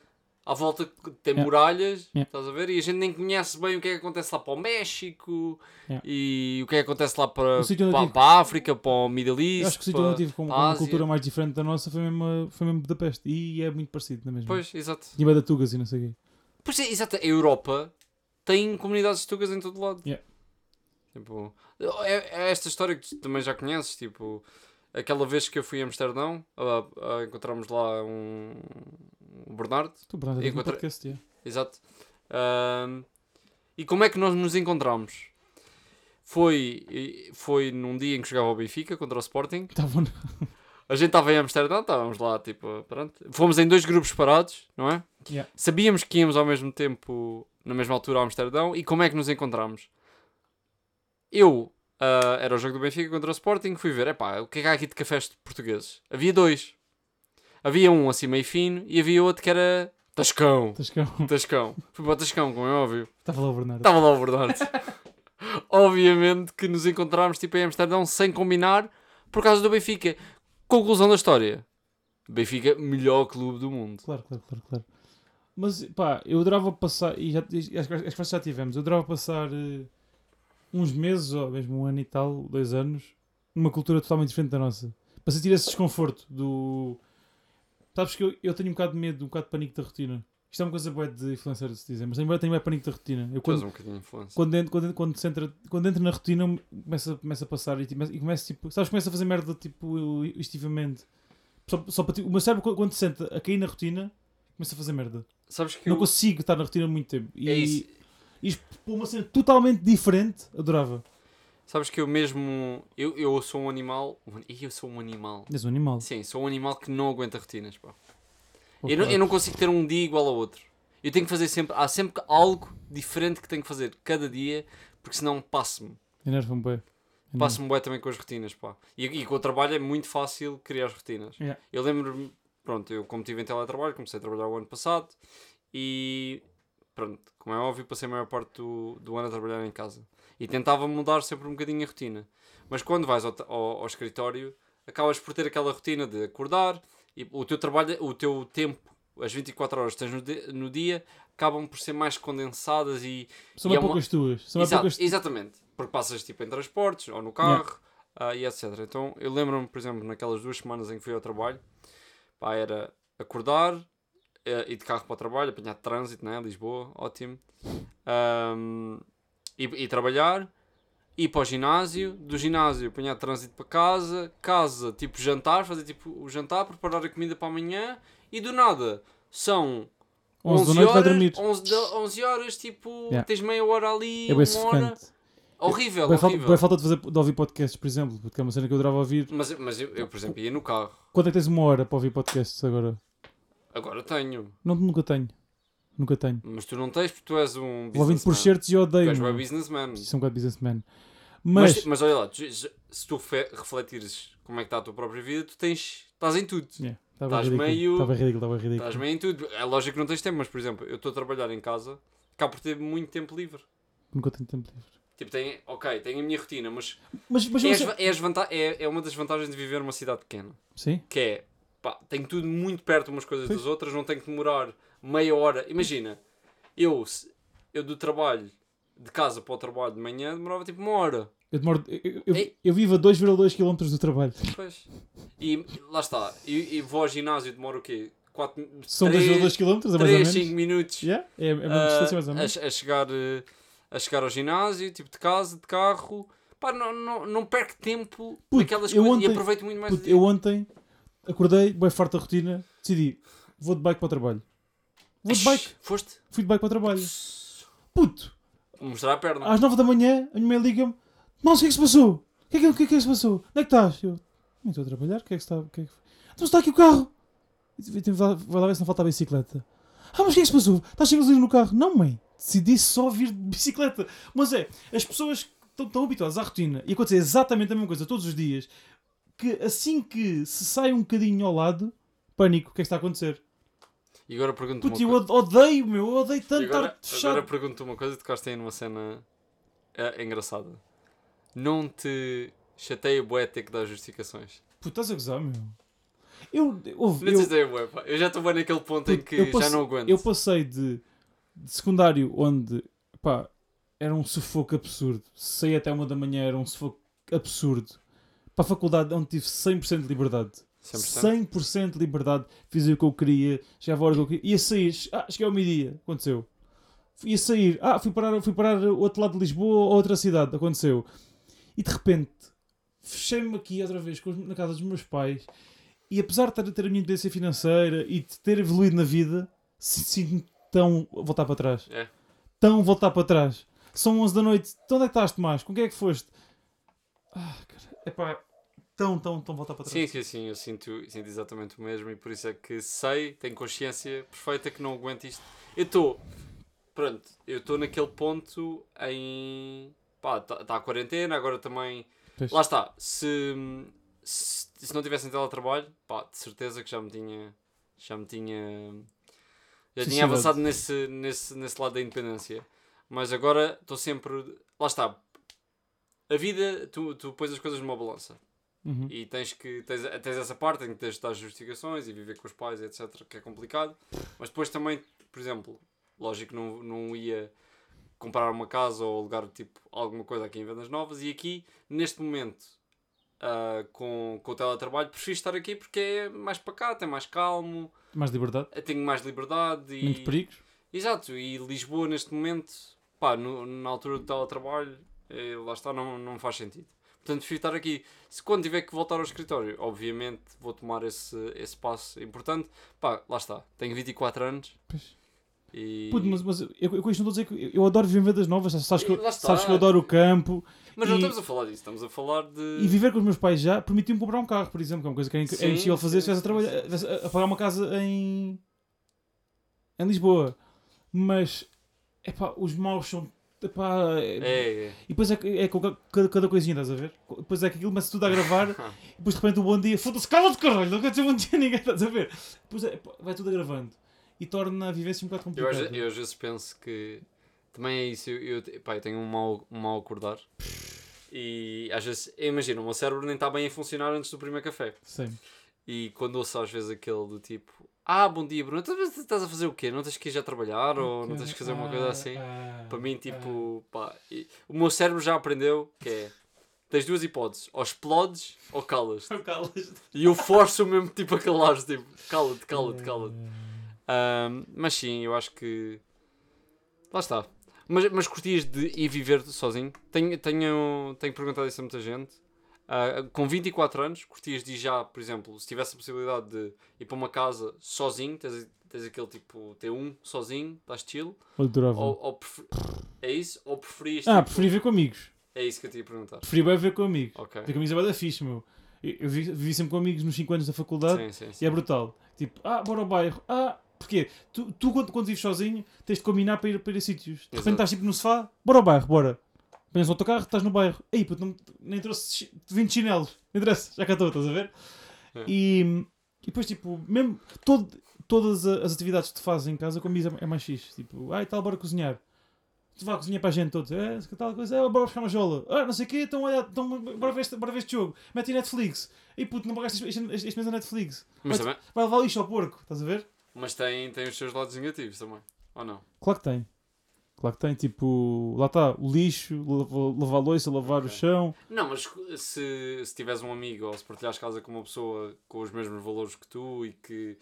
[SPEAKER 1] À volta que tem
[SPEAKER 2] Yeah.
[SPEAKER 1] muralhas,
[SPEAKER 2] Yeah.
[SPEAKER 1] estás a ver? E a gente nem conhece bem o que é que acontece lá para o México
[SPEAKER 2] Yeah.
[SPEAKER 1] e o que é que acontece lá para,
[SPEAKER 2] O sítio onde eu
[SPEAKER 1] para,
[SPEAKER 2] tive-
[SPEAKER 1] para a África, para o Middle East.
[SPEAKER 2] Eu acho que o sítio
[SPEAKER 1] para-
[SPEAKER 2] onde eu tive com, com
[SPEAKER 1] para Tipo, a
[SPEAKER 2] uma
[SPEAKER 1] Ásia.
[SPEAKER 2] cultura mais diferente da nossa foi mesmo, foi mesmo Budapeste. E é muito parecido, não é mesmo?
[SPEAKER 1] Pois, exato.
[SPEAKER 2] Tinha bué de tugas e não sei o quê.
[SPEAKER 1] Pois é, exato. A Europa tem comunidades tugas em todo lado.
[SPEAKER 2] Yeah.
[SPEAKER 1] Tipo, é, é esta história que tu também já conheces. Tipo, aquela vez que eu fui a Amsterdão, a, a- encontramos lá um, um Bernardo.
[SPEAKER 2] Tu, portanto, é um
[SPEAKER 1] Encontra-
[SPEAKER 2] podcast, yeah.
[SPEAKER 1] Exato. Ahm, e como é que nós nos encontramos? Foi, e- foi num dia em que jogava o Benfica contra o Sporting.
[SPEAKER 2] Tá (laughs) bom.
[SPEAKER 1] A gente estava em Amsterdão, estávamos lá, tipo, pronto. Fomos em dois grupos parados, não é?
[SPEAKER 2] Yeah.
[SPEAKER 1] Sabíamos que íamos ao mesmo tempo, na mesma altura, a Amsterdão. E como é que nos encontramos? Eu, ah, era o jogo do Benfica contra o Sporting, fui ver, epá, o que é que há aqui de cafés portugueses? Havia dois. Havia um assim meio fino e havia outro que era
[SPEAKER 2] (laughs)
[SPEAKER 1] Tascão.
[SPEAKER 2] Estás cá.
[SPEAKER 1] Tascão. Fui para o Tascão, como é óbvio.
[SPEAKER 2] Estava lá o Bernardo.
[SPEAKER 1] Estava lá o Bernardo. (laughs) Obviamente que nos encontramos tipo em Amsterdão sem combinar por causa do Benfica. Conclusão da história. Benfica, melhor clube do mundo.
[SPEAKER 2] Claro, claro, claro, claro. Mas pá, eu adorava passar, e já, e acho, que- acho que já tivemos, eu adorava passar eh, uns meses, ou mesmo um ano e tal, dois anos, numa cultura totalmente diferente da nossa. Para sentir esse desconforto do. Sabes que eu, eu tenho um bocado de medo, um bocado de pânico da rotina. Isto é uma coisa boa de influencer de se dizer, mas tenho, bué- tenho mais pânico da rotina. Eu
[SPEAKER 1] Tu és
[SPEAKER 2] quando,
[SPEAKER 1] um bocadinho influência.
[SPEAKER 2] quando, entro, quando, entro, quando, se entra, quando entro na rotina, eu começo, a- começo a passar e, tipo, e começo tipo. Sabes, começo a fazer merda tipo eu- estivamente. Só, só para ti, o meu cérebro, quando- quando se senta a cair na rotina, começa a fazer merda.
[SPEAKER 1] Sabes que
[SPEAKER 2] Não
[SPEAKER 1] eu-
[SPEAKER 2] consigo estar na rotina muito tempo. E,
[SPEAKER 1] é isso.
[SPEAKER 2] e isto, pô, uma cena totalmente diferente, adorava.
[SPEAKER 1] Sabes que eu mesmo. Eu, eu sou um animal. um- Ih, Eu sou um animal.
[SPEAKER 2] És um animal.
[SPEAKER 1] Sim, sou um animal que não aguenta rotinas. Pá.
[SPEAKER 2] Pô,
[SPEAKER 1] Eu, não,
[SPEAKER 2] claro.
[SPEAKER 1] eu não consigo ter um dia igual ao outro. Eu tenho que fazer sempre. Há sempre algo diferente que tenho que fazer cada dia, porque senão passo-me.
[SPEAKER 2] Enerva-me bué. Enerva-me.
[SPEAKER 1] Passo-me bem também com as rotinas, pá. E, e com o trabalho é muito fácil criar as rotinas.
[SPEAKER 2] Yeah.
[SPEAKER 1] Eu lembro-me, pronto, eu como tive em teletrabalho, comecei a trabalhar o ano passado e, pronto, como é óbvio, passei a maior parte do, do ano a trabalhar em casa. E tentava mudar sempre um bocadinho a rotina. Mas quando vais ao, ta- ao- ao escritório, acabas por ter aquela rotina de acordar e o teu trabalho, o teu tempo, as 24 horas que tens no, di- no dia, acabam por ser mais condensadas e
[SPEAKER 2] São
[SPEAKER 1] e
[SPEAKER 2] bem
[SPEAKER 1] é uma-
[SPEAKER 2] poucas tuas. São bem
[SPEAKER 1] Exato,
[SPEAKER 2] poucas tuas.
[SPEAKER 1] Exatamente, porque passas tipo em transportes ou no carro ah, e etc. Então eu lembro-me, por exemplo, naquelas duas semanas em que fui ao trabalho, pá, era acordar, eh, ir de carro para o trabalho, apanhar trânsito, né? Lisboa, ótimo, Ahm, e, e trabalhar, ir para o ginásio, do ginásio apanhar trânsito para casa, casa, tipo jantar, fazer tipo o jantar, preparar a comida para amanhã e do nada são
[SPEAKER 2] 11 da noite vai dormir.
[SPEAKER 1] 11, da- 11 horas, tipo,
[SPEAKER 2] Yeah.
[SPEAKER 1] tens meia hora ali,
[SPEAKER 2] É
[SPEAKER 1] uma
[SPEAKER 2] bem
[SPEAKER 1] hora.
[SPEAKER 2] sufocante. É
[SPEAKER 1] Horrível,
[SPEAKER 2] Bué falta,
[SPEAKER 1] é horrível.
[SPEAKER 2] bué falta de, fazer, de ouvir podcasts, por exemplo, porque é uma cena que eu adorava ouvir.
[SPEAKER 1] Mas, mas eu, eu, por exemplo, ia no carro.
[SPEAKER 2] Quanto é que tens uma hora para ouvir podcasts agora?
[SPEAKER 1] Agora tenho.
[SPEAKER 2] Não, nunca tenho. Nunca tenho.
[SPEAKER 1] Mas tu não tens porque tu és um
[SPEAKER 2] Vou ouvindo por
[SPEAKER 1] businessman.
[SPEAKER 2] certos e odeio.
[SPEAKER 1] Tu és um
[SPEAKER 2] meu.
[SPEAKER 1] businessman.
[SPEAKER 2] Isso é um bocado businessman.
[SPEAKER 1] Mas,
[SPEAKER 2] Mas,
[SPEAKER 1] mas, olha lá, tu- se tu fe- refletires como é que está a tua própria vida, tu tens. estás em tudo.
[SPEAKER 2] Yeah, estava
[SPEAKER 1] Estás
[SPEAKER 2] ridículo.
[SPEAKER 1] meio-
[SPEAKER 2] Estava ridículo, estava ridículo.
[SPEAKER 1] Estás bem em tudo. É lógico que não tens tempo, mas por exemplo, eu estou a trabalhar em casa, cá por ter muito tempo livre.
[SPEAKER 2] Nunca tenho tempo livre.
[SPEAKER 1] Tipo, tem, ok, tenho a minha rotina, mas,
[SPEAKER 2] Mas, mas,
[SPEAKER 1] é,
[SPEAKER 2] mas
[SPEAKER 1] as va- é, as vanta- é, é uma das vantagens de viver numa cidade pequena.
[SPEAKER 2] Sim?
[SPEAKER 1] que é pá, tenho tudo muito perto umas coisas
[SPEAKER 2] Sim.
[SPEAKER 1] das outras, não tenho que demorar meia hora. Imagina, eu, se- eu do trabalho de casa para o trabalho de manhã demorava tipo uma hora.
[SPEAKER 2] Eu, demoro, eu, eu-
[SPEAKER 1] Ei.
[SPEAKER 2] eu vivo a 2,2 km do trabalho.
[SPEAKER 1] Pois. E lá está, e, e vou ao ginásio demora o quê? 4
[SPEAKER 2] São 2,2 km, é mais ou
[SPEAKER 1] 3,
[SPEAKER 2] menos.
[SPEAKER 1] 5 minutos
[SPEAKER 2] Yeah, É, é uma
[SPEAKER 1] ah,
[SPEAKER 2] distância mais ou menos.
[SPEAKER 1] a, a chegar, eh, a chegar ao ginásio, tipo de casa, de carro. Pá, não, não, não perco tempo
[SPEAKER 2] Puto,
[SPEAKER 1] naquelas
[SPEAKER 2] eu
[SPEAKER 1] coisas e
[SPEAKER 2] ontem-
[SPEAKER 1] aproveito muito mais o
[SPEAKER 2] Puto,
[SPEAKER 1] dia.
[SPEAKER 2] eu ontem acordei, bem farto da rotina, decidi, vou de bike para o trabalho. Vou de bike,
[SPEAKER 1] Foste?
[SPEAKER 2] fui de bike para o trabalho. Puto,
[SPEAKER 1] Mostrar a perna.
[SPEAKER 2] às 9 da manhã a minha mãe liga-me, não sei o que é que se passou? O que é que, o que, é que se passou? Onde é que estás? Eu, não estou a trabalhar, o que é que está? O que é que... Então está aqui o carro! E tive- tive- Vai lá ver se não falta a bicicleta. Ah, mas o que é que se passou? Estás sem gasolina no carro? Não, mãe. Decidi só vir de bicicleta. Mas é, as pessoas que estão tão habituadas à rotina e acontecer exatamente a mesma coisa todos os dias, que assim que se sai um bocadinho ao lado, pânico, o que é que está a acontecer?
[SPEAKER 1] E agora pergunto-me.
[SPEAKER 2] Puto,
[SPEAKER 1] uma
[SPEAKER 2] eu
[SPEAKER 1] coisa.
[SPEAKER 2] od- odeio, meu, eu odeio
[SPEAKER 1] E
[SPEAKER 2] tanto
[SPEAKER 1] agora,
[SPEAKER 2] estar fechado.
[SPEAKER 1] agora pergunto uma coisa e tocaste aí numa cena eh, engraçada. é, Não te Chateia bué ter que dar justificações.
[SPEAKER 2] Puta, estás a gozar, meu. Eu, houve-
[SPEAKER 1] Não
[SPEAKER 2] eu,
[SPEAKER 1] chateia bué, pá. Eu já estou bem naquele ponto em
[SPEAKER 2] Puto,
[SPEAKER 1] que
[SPEAKER 2] eu
[SPEAKER 1] já
[SPEAKER 2] passe-
[SPEAKER 1] não aguento.
[SPEAKER 2] eu passei de, de secundário onde pá, era um sufoco absurdo. Saí até uma da manhã era um sufoco absurdo. Para a faculdade onde tive 100% de liberdade.
[SPEAKER 1] 100%.
[SPEAKER 2] 100%, de liberdade. Fiz o que eu queria, chegava a hora que eu queria. Ia sair, ah, cheguei ao meio-dia, aconteceu. Ia sair, ah, fui parar, fui parar o outro lado de Lisboa ou outra cidade, aconteceu. E de repente, fechei-me aqui outra vez com os- na casa dos meus pais e apesar de ter, ter a minha independência financeira e de ter evoluído na vida, si- sinto-me tão a voltar para trás.
[SPEAKER 1] É.
[SPEAKER 2] Tão a voltar para trás. São 11 da noite, de onde é que estás, Tomás? Com quem é que foste? Ah, cara, é pá, tão, tão, tão a voltar para trás.
[SPEAKER 1] Sim, sim, sim. Eu sinto, sinto exatamente o mesmo e por isso é que sei, tenho consciência perfeita que não aguento isto. Eu estou. Pronto, eu estou naquele ponto em. Pá, está a quarentena, agora também.
[SPEAKER 2] Pois.
[SPEAKER 1] Lá está. Se, se, se não tivessem teletrabalho, pá, de certeza que já me tinha. Já me tinha. Já tinha
[SPEAKER 2] Suicidado.
[SPEAKER 1] avançado nesse, nesse, nesse lado da independência. Mas agora estou sempre. Lá está. A vida, tu, tu pões as coisas numa balança.
[SPEAKER 2] Uhum.
[SPEAKER 1] E tens que tens, tens essa parte em que tens de dar justificações e viver com os pais, etc, que é complicado. Mas depois também, por exemplo, lógico que não, não ia comprar uma casa ou alugar tipo alguma coisa aqui em Vendas Novas e aqui, neste momento, ah, com, com o teletrabalho, prefiro estar aqui porque é mais pacato, é mais calmo,
[SPEAKER 2] Mais liberdade,
[SPEAKER 1] eu tenho mais liberdade e.
[SPEAKER 2] menos perigos.
[SPEAKER 1] Exato, e Lisboa neste momento, pá, no- na altura do teletrabalho, eh, lá está, não, não faz sentido. Portanto, prefiro estar aqui. Se quando tiver que voltar ao escritório, obviamente vou tomar esse, esse passo importante. Pá, lá está, tenho 24 anos
[SPEAKER 2] Pois.
[SPEAKER 1] e.
[SPEAKER 2] Puto, mas, mas eu, eu com isto não estou a dizer que eu, eu adoro viver das novas, sabes que,
[SPEAKER 1] E lá
[SPEAKER 2] eu,
[SPEAKER 1] está.
[SPEAKER 2] sabes que eu adoro o campo
[SPEAKER 1] Mas não
[SPEAKER 2] e-
[SPEAKER 1] estamos a falar disso, estamos a falar de.
[SPEAKER 2] e viver com os meus pais já permitiu-me comprar um carro, por exemplo, que é uma coisa que é, inc- é
[SPEAKER 1] Eh. Sim,
[SPEAKER 2] impossível fazer
[SPEAKER 1] sim,
[SPEAKER 2] se estivesse a,
[SPEAKER 1] sim,
[SPEAKER 2] trabalhar- estivesse a- a pagar uma casa em, em Lisboa. Mas epá, os maus são. Epá, é-
[SPEAKER 1] É, é.
[SPEAKER 2] E depois é, que- é com ca- cada, cada coisinha, estás a ver? Depois é que aquilo começa tudo
[SPEAKER 1] (laughs)
[SPEAKER 2] a gravar e depois de repente o bom dia, foda-se, cala-te caralho, não quero dizer bom dia a ninguém, (laughs) estás a ver? Depois é, pá, vai tudo agravando e torna a vivência um bocado
[SPEAKER 1] Eu, às,
[SPEAKER 2] complicada.
[SPEAKER 1] eu às vezes penso que também é isso. Eu, eu, te- pá, eu tenho um mau, um mau acordar. E às vezes, imagina, o meu cérebro nem está bem a funcionar antes do primeiro café.
[SPEAKER 2] Sim.
[SPEAKER 1] E quando ouço às vezes aquele do tipo: Ah, bom dia, Bruno, Então, mas estás a fazer o quê? Não tens que ir já trabalhar ou não tens que fazer uma coisa assim?
[SPEAKER 2] Ah,
[SPEAKER 1] Para mim,
[SPEAKER 2] ah.
[SPEAKER 1] tipo, pá, e- o meu cérebro já aprendeu que é: tens duas hipóteses, ou explodes ou calas-te.
[SPEAKER 2] Não calas.
[SPEAKER 1] E eu forço mesmo, tipo, a calar-se, tipo, cala-te, cala-te, cala-te. Ahm, mas sim, eu acho que. Lá está. Mas, mas curtias de ir viver sozinho? Tenho, tenho, tenho perguntado isso a muita gente. Ah, com 24 anos, curtias de ir já, por exemplo, se tivesse a possibilidade de ir para uma casa sozinho, tens, tens aquele tipo T1 sozinho, estás chill?
[SPEAKER 2] Adorava.
[SPEAKER 1] Ou, ou prefer- É isso? Ou preferias.
[SPEAKER 2] Tá Ah,
[SPEAKER 1] tipo-
[SPEAKER 2] preferi ver com amigos.
[SPEAKER 1] É isso que eu te ia perguntar.
[SPEAKER 2] Preferi bem ver com amigos.
[SPEAKER 1] Ok.
[SPEAKER 2] Ver com amigos é bué da fixe, meu. Eu, eu vi- vivi sempre com amigos nos 5 anos da faculdade
[SPEAKER 1] Sim, sim, sim.
[SPEAKER 2] e é brutal. Tipo, ah, bora ao bairro. Ah, porquê? Tu, tu quando, quando vives sozinho, tens de combinar para ir, para ir a sítios. De repente
[SPEAKER 1] Exato.
[SPEAKER 2] estás tipo no sofá, bora ao bairro, bora. Pões no autocarro, estás no bairro. Ei, puto, não, nem trouxe chi- 20 chinelos. Não interessa, já cá estou, estás a ver?
[SPEAKER 1] É.
[SPEAKER 2] E, e depois, tipo, mesmo todo- todas a- as atividades que tu fazes em casa, com amigos é, é mais fixe. Tipo, ai, tal, bora cozinhar. Tu vá cozinhar para a gente todos. É, que tal coisa. É, bora buscar uma jola. Ah, não sei o quê. Então, olha, então, bora, ver este, bora ver este jogo. Mete em Netflix. Ei, puto, não pagaste este, este, este mês a Netflix.
[SPEAKER 1] Mas,
[SPEAKER 2] Mas-
[SPEAKER 1] também,
[SPEAKER 2] Vai levar lixo ao porco, estás a ver?
[SPEAKER 1] mas tem, tem os seus lados negativos também. Ou não?
[SPEAKER 2] Claro que tem. Claro que tem, tipo, lá está, o lixo, lava- lavar a louça, lavar o
[SPEAKER 1] Ok.
[SPEAKER 2] chão.
[SPEAKER 1] Não, mas se, se tiveres um amigo ou se partilhares casa com uma pessoa com os mesmos valores que tu e que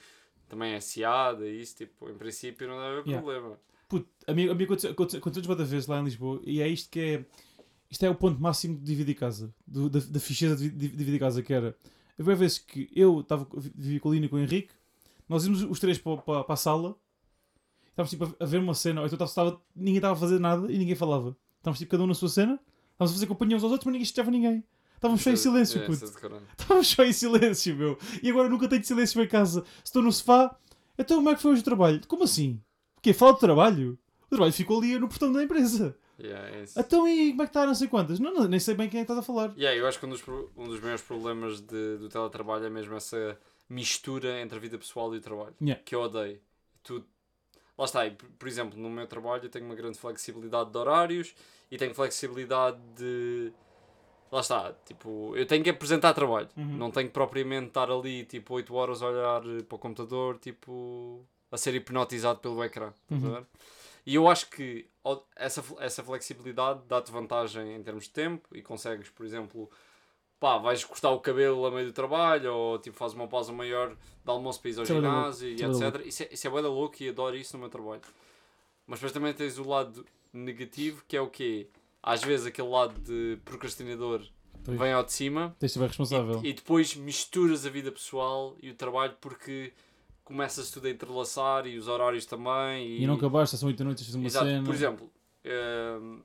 [SPEAKER 1] também é seada e isso, tipo, em princípio não deve haver
[SPEAKER 2] Yeah.
[SPEAKER 1] problema.
[SPEAKER 2] Puto, a mim, a mim aconteceu, aconteceu, aconteceu todas vez lá em Lisboa e é isto que é. Isto é o ponto máximo de dividir casa, do- da, da ficheza de divi- dividir casa, que era. A primeira vez que eu estava co- vi- vivia com a Lina e com o Henrique, nós íamos os três para, para, para a sala, estávamos tipo a, a ver uma cena, ou então estava- estava- ninguém estava a fazer nada e ninguém falava. Estávamos tipo cada um na sua cena, estávamos a fazer companhia uns aos outros, mas ninguém chateava ninguém. Estávamos só em silêncio,
[SPEAKER 1] É,
[SPEAKER 2] puto.
[SPEAKER 1] isso é de caralho.
[SPEAKER 2] Estávamos só em silêncio, meu. E agora nunca tenho silêncio em casa. Se estou no sofá, então como é que foi hoje o trabalho? Como assim? O quê? Fala de trabalho? O trabalho ficou ali no portão da empresa.
[SPEAKER 1] Yeah, é isso.
[SPEAKER 2] Então e como é que está? Não sei quantas. Não, não, nem sei bem quem é que estás a falar.
[SPEAKER 1] Yeah, eu acho que um dos, pro- um dos maiores problemas de- do teletrabalho é mesmo essa mistura entre a vida pessoal e o trabalho,
[SPEAKER 2] Yeah.
[SPEAKER 1] que eu odeio. Tu, lá está, e por por exemplo, no meu trabalho eu tenho uma grande flexibilidade de horários e tenho flexibilidade de, Lá está, tipo, eu tenho que apresentar trabalho.
[SPEAKER 2] Uhum.
[SPEAKER 1] Não tenho que propriamente estar ali, tipo, 8 horas a olhar eh, para o computador, tipo, a ser hipnotizado pelo ecrã. estás
[SPEAKER 2] Uhum.
[SPEAKER 1] a ver? E eu acho que ó, essa, fle- essa flexibilidade dá-te vantagem em termos de tempo e consegues, por exemplo, pá, vais cortar o cabelo a meio do trabalho ou tipo fazes uma pausa maior de almoço para ir ao
[SPEAKER 2] Isso é bué da louco,
[SPEAKER 1] ginásio e
[SPEAKER 2] isso é bué da
[SPEAKER 1] etc. Isso é, isso é bué da louco e adoro isso no meu trabalho. Mas depois também tens o lado negativo que é o quê? Às vezes aquele lado de procrastinador
[SPEAKER 2] Pois. Então.
[SPEAKER 1] vem ao de cima
[SPEAKER 2] Tens de ser bem responsável.
[SPEAKER 1] e depois misturas a vida pessoal e o trabalho porque começas tudo a entrelaçar e os horários também
[SPEAKER 2] E, nunca basta, são 8 da noite, tens de fazer uma
[SPEAKER 1] Exato.
[SPEAKER 2] cena.
[SPEAKER 1] Por exemplo, hum,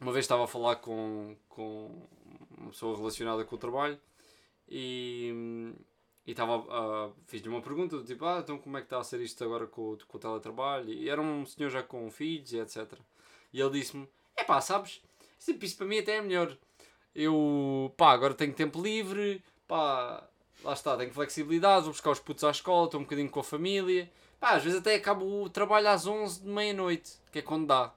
[SPEAKER 1] uma vez estava a falar com, com uma pessoa relacionada com o trabalho e, hum, e estava a- a- fiz-lhe uma pergunta do tipo, ah, então como é que está a ser isto agora com, o- com o teletrabalho? E era um senhor já com filhos e etc. E ele disse-me, é pá, sabes, isso, isso para mim até é melhor. Eu, pá, agora tenho tempo livre, pá, lá está, tenho flexibilidade, vou buscar os putos à escola, estou um bocadinho com a família. Pá, às vezes até acabo o trabalho às 11 de meia-noite, que é quando dá.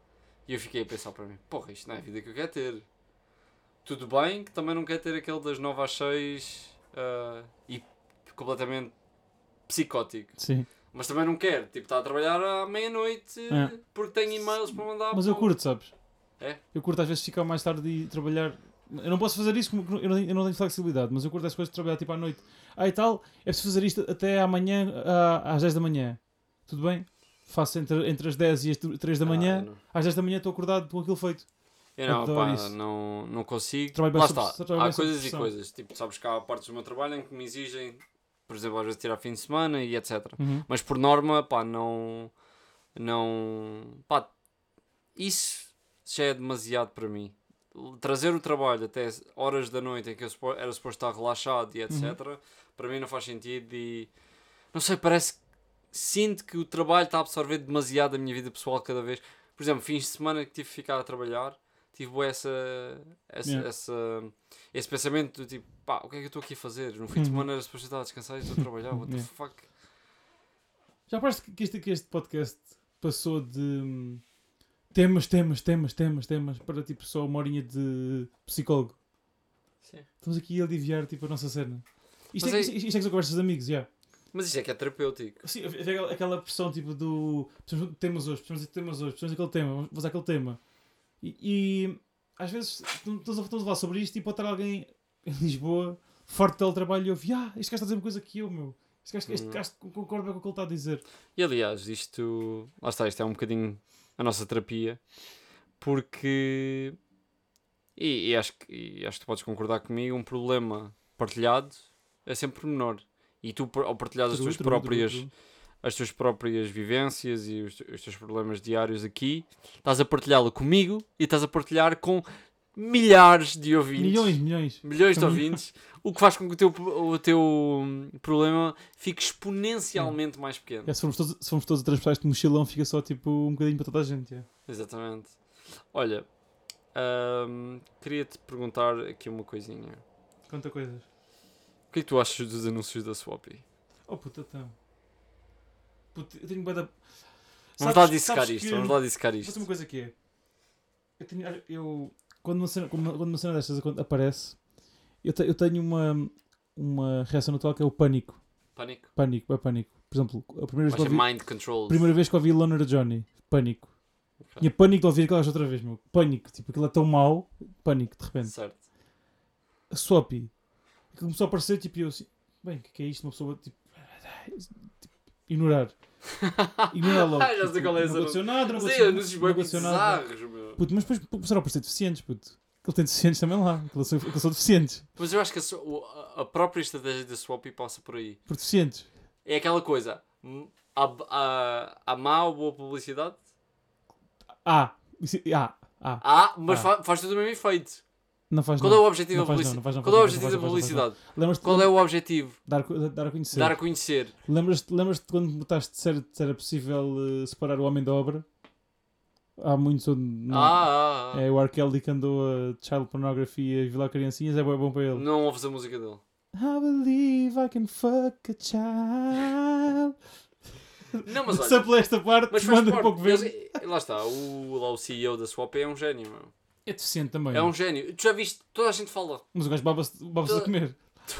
[SPEAKER 1] E eu fiquei a pensar para mim, porra, isto não é a vida que eu quero ter. Tudo bem que também não quero ter aquele das 9 às 6 ah, e completamente psicótico.
[SPEAKER 2] Sim.
[SPEAKER 1] Mas também não quero, tipo, estar a trabalhar à meia-noite
[SPEAKER 2] É.
[SPEAKER 1] porque tenho e-mails para mandar.
[SPEAKER 2] Mas
[SPEAKER 1] para
[SPEAKER 2] eu
[SPEAKER 1] o-
[SPEAKER 2] curto, sabes?
[SPEAKER 1] É?
[SPEAKER 2] Eu curto às vezes ficar mais tarde e trabalhar. Eu não posso fazer isso, como eu não tenho, eu não tenho flexibilidade, mas eu curto as coisas de trabalhar tipo à noite. Ah, e tal, é preciso fazer isto até amanhã, à- às 10 da manhã. Tudo bem? Faço entre, entre as 10 e as 3 da
[SPEAKER 1] Ah,
[SPEAKER 2] manhã.
[SPEAKER 1] não.
[SPEAKER 2] às 10 da manhã estou acordado com aquilo feito.
[SPEAKER 1] Eu não,
[SPEAKER 2] Adoro
[SPEAKER 1] pá,
[SPEAKER 2] isso.
[SPEAKER 1] não, não consigo.
[SPEAKER 2] Trabalho bem
[SPEAKER 1] Lá
[SPEAKER 2] sob-
[SPEAKER 1] está,
[SPEAKER 2] trabalho bem
[SPEAKER 1] há
[SPEAKER 2] sob
[SPEAKER 1] coisas e
[SPEAKER 2] pressão.
[SPEAKER 1] coisas. Tipo, sabes que há partes do meu trabalho em que me exigem, por exemplo, às vezes tirar fim de semana e etc. Mas por norma, pá, não. Não. Pá, isso já é demasiado para mim. Trazer o trabalho até horas da noite em que eu supo- era suposto estar relaxado e
[SPEAKER 2] Uhum.
[SPEAKER 1] etc. Para mim não faz sentido e. Não sei, parece que. Sinto que o trabalho está a absorver demasiado a minha vida pessoal cada vez. Por exemplo, fins de semana que tive que ficar a trabalhar, tive bué essa, essa,
[SPEAKER 2] Yeah.
[SPEAKER 1] essa- esse pensamento do tipo, pá, o que é que eu estou aqui a fazer? No fim de
[SPEAKER 2] Uhum.
[SPEAKER 1] semana era suposto eu estar a descansar e estou a trabalhar, what the
[SPEAKER 2] Yeah.
[SPEAKER 1] fuck?
[SPEAKER 2] Já parece que este, que este podcast passou de hum, temas, temas, temas, temas, temas, para tipo só uma horinha de psicólogo. Estamos aqui a aliviar tipo, a nossa cena. Isto,
[SPEAKER 1] Mas
[SPEAKER 2] é,
[SPEAKER 1] é-
[SPEAKER 2] isto, isto é que são conversas de amigos, já.
[SPEAKER 1] Mas isto é que é terapêutico.
[SPEAKER 2] Sim, havia aquela- aquela pressão tipo do. Precisamos de temas hoje, precisamos de temas hoje, precisamos daquele tema, vamos fazer aquele tema. E, e, às vezes estamos a estamos a falar sobre isto e pode estar alguém em Lisboa, forte de trabalho, e ouve: Ah, este gajo está a dizer uma coisa que eu, meu. Este gajo, este
[SPEAKER 1] Uhum.
[SPEAKER 2] gajo concorda bem com o que ele está a dizer.
[SPEAKER 1] E aliás, isto. Lá está, isto é um bocadinho a nossa terapia. Porque. E, e acho, que, e acho que tu podes concordar comigo, um problema partilhado é sempre menor. E tu, par- ao partilhar as
[SPEAKER 2] Tru,
[SPEAKER 1] tuas
[SPEAKER 2] tru,
[SPEAKER 1] próprias.
[SPEAKER 2] tru, tru.
[SPEAKER 1] as tuas próprias vivências e os, os teus problemas diários aqui, estás a partilhá-lo comigo e estás a partilhar com milhares de ouvintes.
[SPEAKER 2] Milhões, milhões.
[SPEAKER 1] milhões de
[SPEAKER 2] São mil-
[SPEAKER 1] ouvintes, o que faz com que o teu, o teu hum, problema fique exponencialmente mais pequeno.
[SPEAKER 2] É, se, formos todos, se formos todos a transportar este mochilão, fica só tipo um bocadinho para toda a gente. é.
[SPEAKER 1] Exatamente. Olha, hum, queria-te perguntar aqui uma coisinha.
[SPEAKER 2] Quanta coisas.
[SPEAKER 1] O que é que tu achas dos anúncios da Swap?
[SPEAKER 2] Oh puta, então. Puta, eu tenho bué da-
[SPEAKER 1] Vamos
[SPEAKER 2] Sabes-
[SPEAKER 1] lá dissecar
[SPEAKER 2] sabes
[SPEAKER 1] isto,
[SPEAKER 2] que-
[SPEAKER 1] vamos lá dissecar
[SPEAKER 2] Mas uma
[SPEAKER 1] isto.
[SPEAKER 2] coisa que é. Eu tenho. Eu, quando, uma cena, quando uma cena destas acon- aparece, eu, te- eu tenho uma, uma reação natural que é o pânico.
[SPEAKER 1] Pânico?
[SPEAKER 2] Pânico, é pânico. Por exemplo, a primeira vez que
[SPEAKER 1] Vai
[SPEAKER 2] eu
[SPEAKER 1] ser
[SPEAKER 2] ouvi,
[SPEAKER 1] mind control.
[SPEAKER 2] primeira vez que ouvi Loner Johnny, pânico. Tinha pânico de ouvir aquela outra vez, meu. Pânico, tipo, aquilo é tão mau, pânico, de repente.
[SPEAKER 1] Certo.
[SPEAKER 2] A Swappy. Aquilo começou a aparecer, tipo, e eu assim, bem, o que, que é isto? Uma pessoa, tipo, tipo,
[SPEAKER 1] (laughs)
[SPEAKER 2] ignorar. Ignorar logo.
[SPEAKER 1] Já sei
[SPEAKER 2] Tipo,
[SPEAKER 1] qual é esse
[SPEAKER 2] não aconteceu nada, não
[SPEAKER 1] Mas
[SPEAKER 2] aconteceu,
[SPEAKER 1] é
[SPEAKER 2] não
[SPEAKER 1] anúncios bem
[SPEAKER 2] aconteceu nada.
[SPEAKER 1] bizarros, meu.
[SPEAKER 2] Puto, mas depois começaram a aparecer deficientes, puto. Que ele tem deficientes também lá. Que eles são, que eles são deficientes.
[SPEAKER 1] Mas eu acho que a, so- o- a- a própria estratégia da Swap passa por aí.
[SPEAKER 2] Por deficientes.
[SPEAKER 1] É aquela coisa. hum, Há, b- há, há má ou boa publicidade?
[SPEAKER 2] Ah, isso, ah, ah.
[SPEAKER 1] Há, mas
[SPEAKER 2] Há.
[SPEAKER 1] fa- faz tudo o mesmo efeito.
[SPEAKER 2] Não faz
[SPEAKER 1] Qual é
[SPEAKER 2] nada.
[SPEAKER 1] o objetivo
[SPEAKER 2] Não
[SPEAKER 1] da
[SPEAKER 2] faz não, não
[SPEAKER 1] publicidade?
[SPEAKER 2] faz não,
[SPEAKER 1] Qual é o
[SPEAKER 2] faz não, faz
[SPEAKER 1] objetivo
[SPEAKER 2] não,
[SPEAKER 1] da
[SPEAKER 2] faz não, faz não.
[SPEAKER 1] publicidade?
[SPEAKER 2] Lembras-te
[SPEAKER 1] Qual é o objetivo?
[SPEAKER 2] dar, co- dar a conhecer.
[SPEAKER 1] Dar a conhecer.
[SPEAKER 2] Lembras-te lembras quando botaste se era, se era possível eh, separar o homem da obra? Há muitos onde. Não.
[SPEAKER 1] Ah, ah, ah.
[SPEAKER 2] É o R. Kelly que andou a child pornography e a violar criancinhas, é bué bom para ele.
[SPEAKER 1] Não ouves a música dele.
[SPEAKER 2] I believe I can fuck a child.
[SPEAKER 1] Não, mas
[SPEAKER 2] Se
[SPEAKER 1] olha.
[SPEAKER 2] apelei esta parte,
[SPEAKER 1] Mas faz
[SPEAKER 2] manda um
[SPEAKER 1] parte.
[SPEAKER 2] pouco ver.
[SPEAKER 1] Eles- lá está. O, lá o CEO da Swap é um gênio, meu.
[SPEAKER 2] É deficiente também.
[SPEAKER 1] É um gênio. Tu já viste? Toda a gente fala.
[SPEAKER 2] Mas o gajo baba-se baba
[SPEAKER 1] Toda-
[SPEAKER 2] a comer.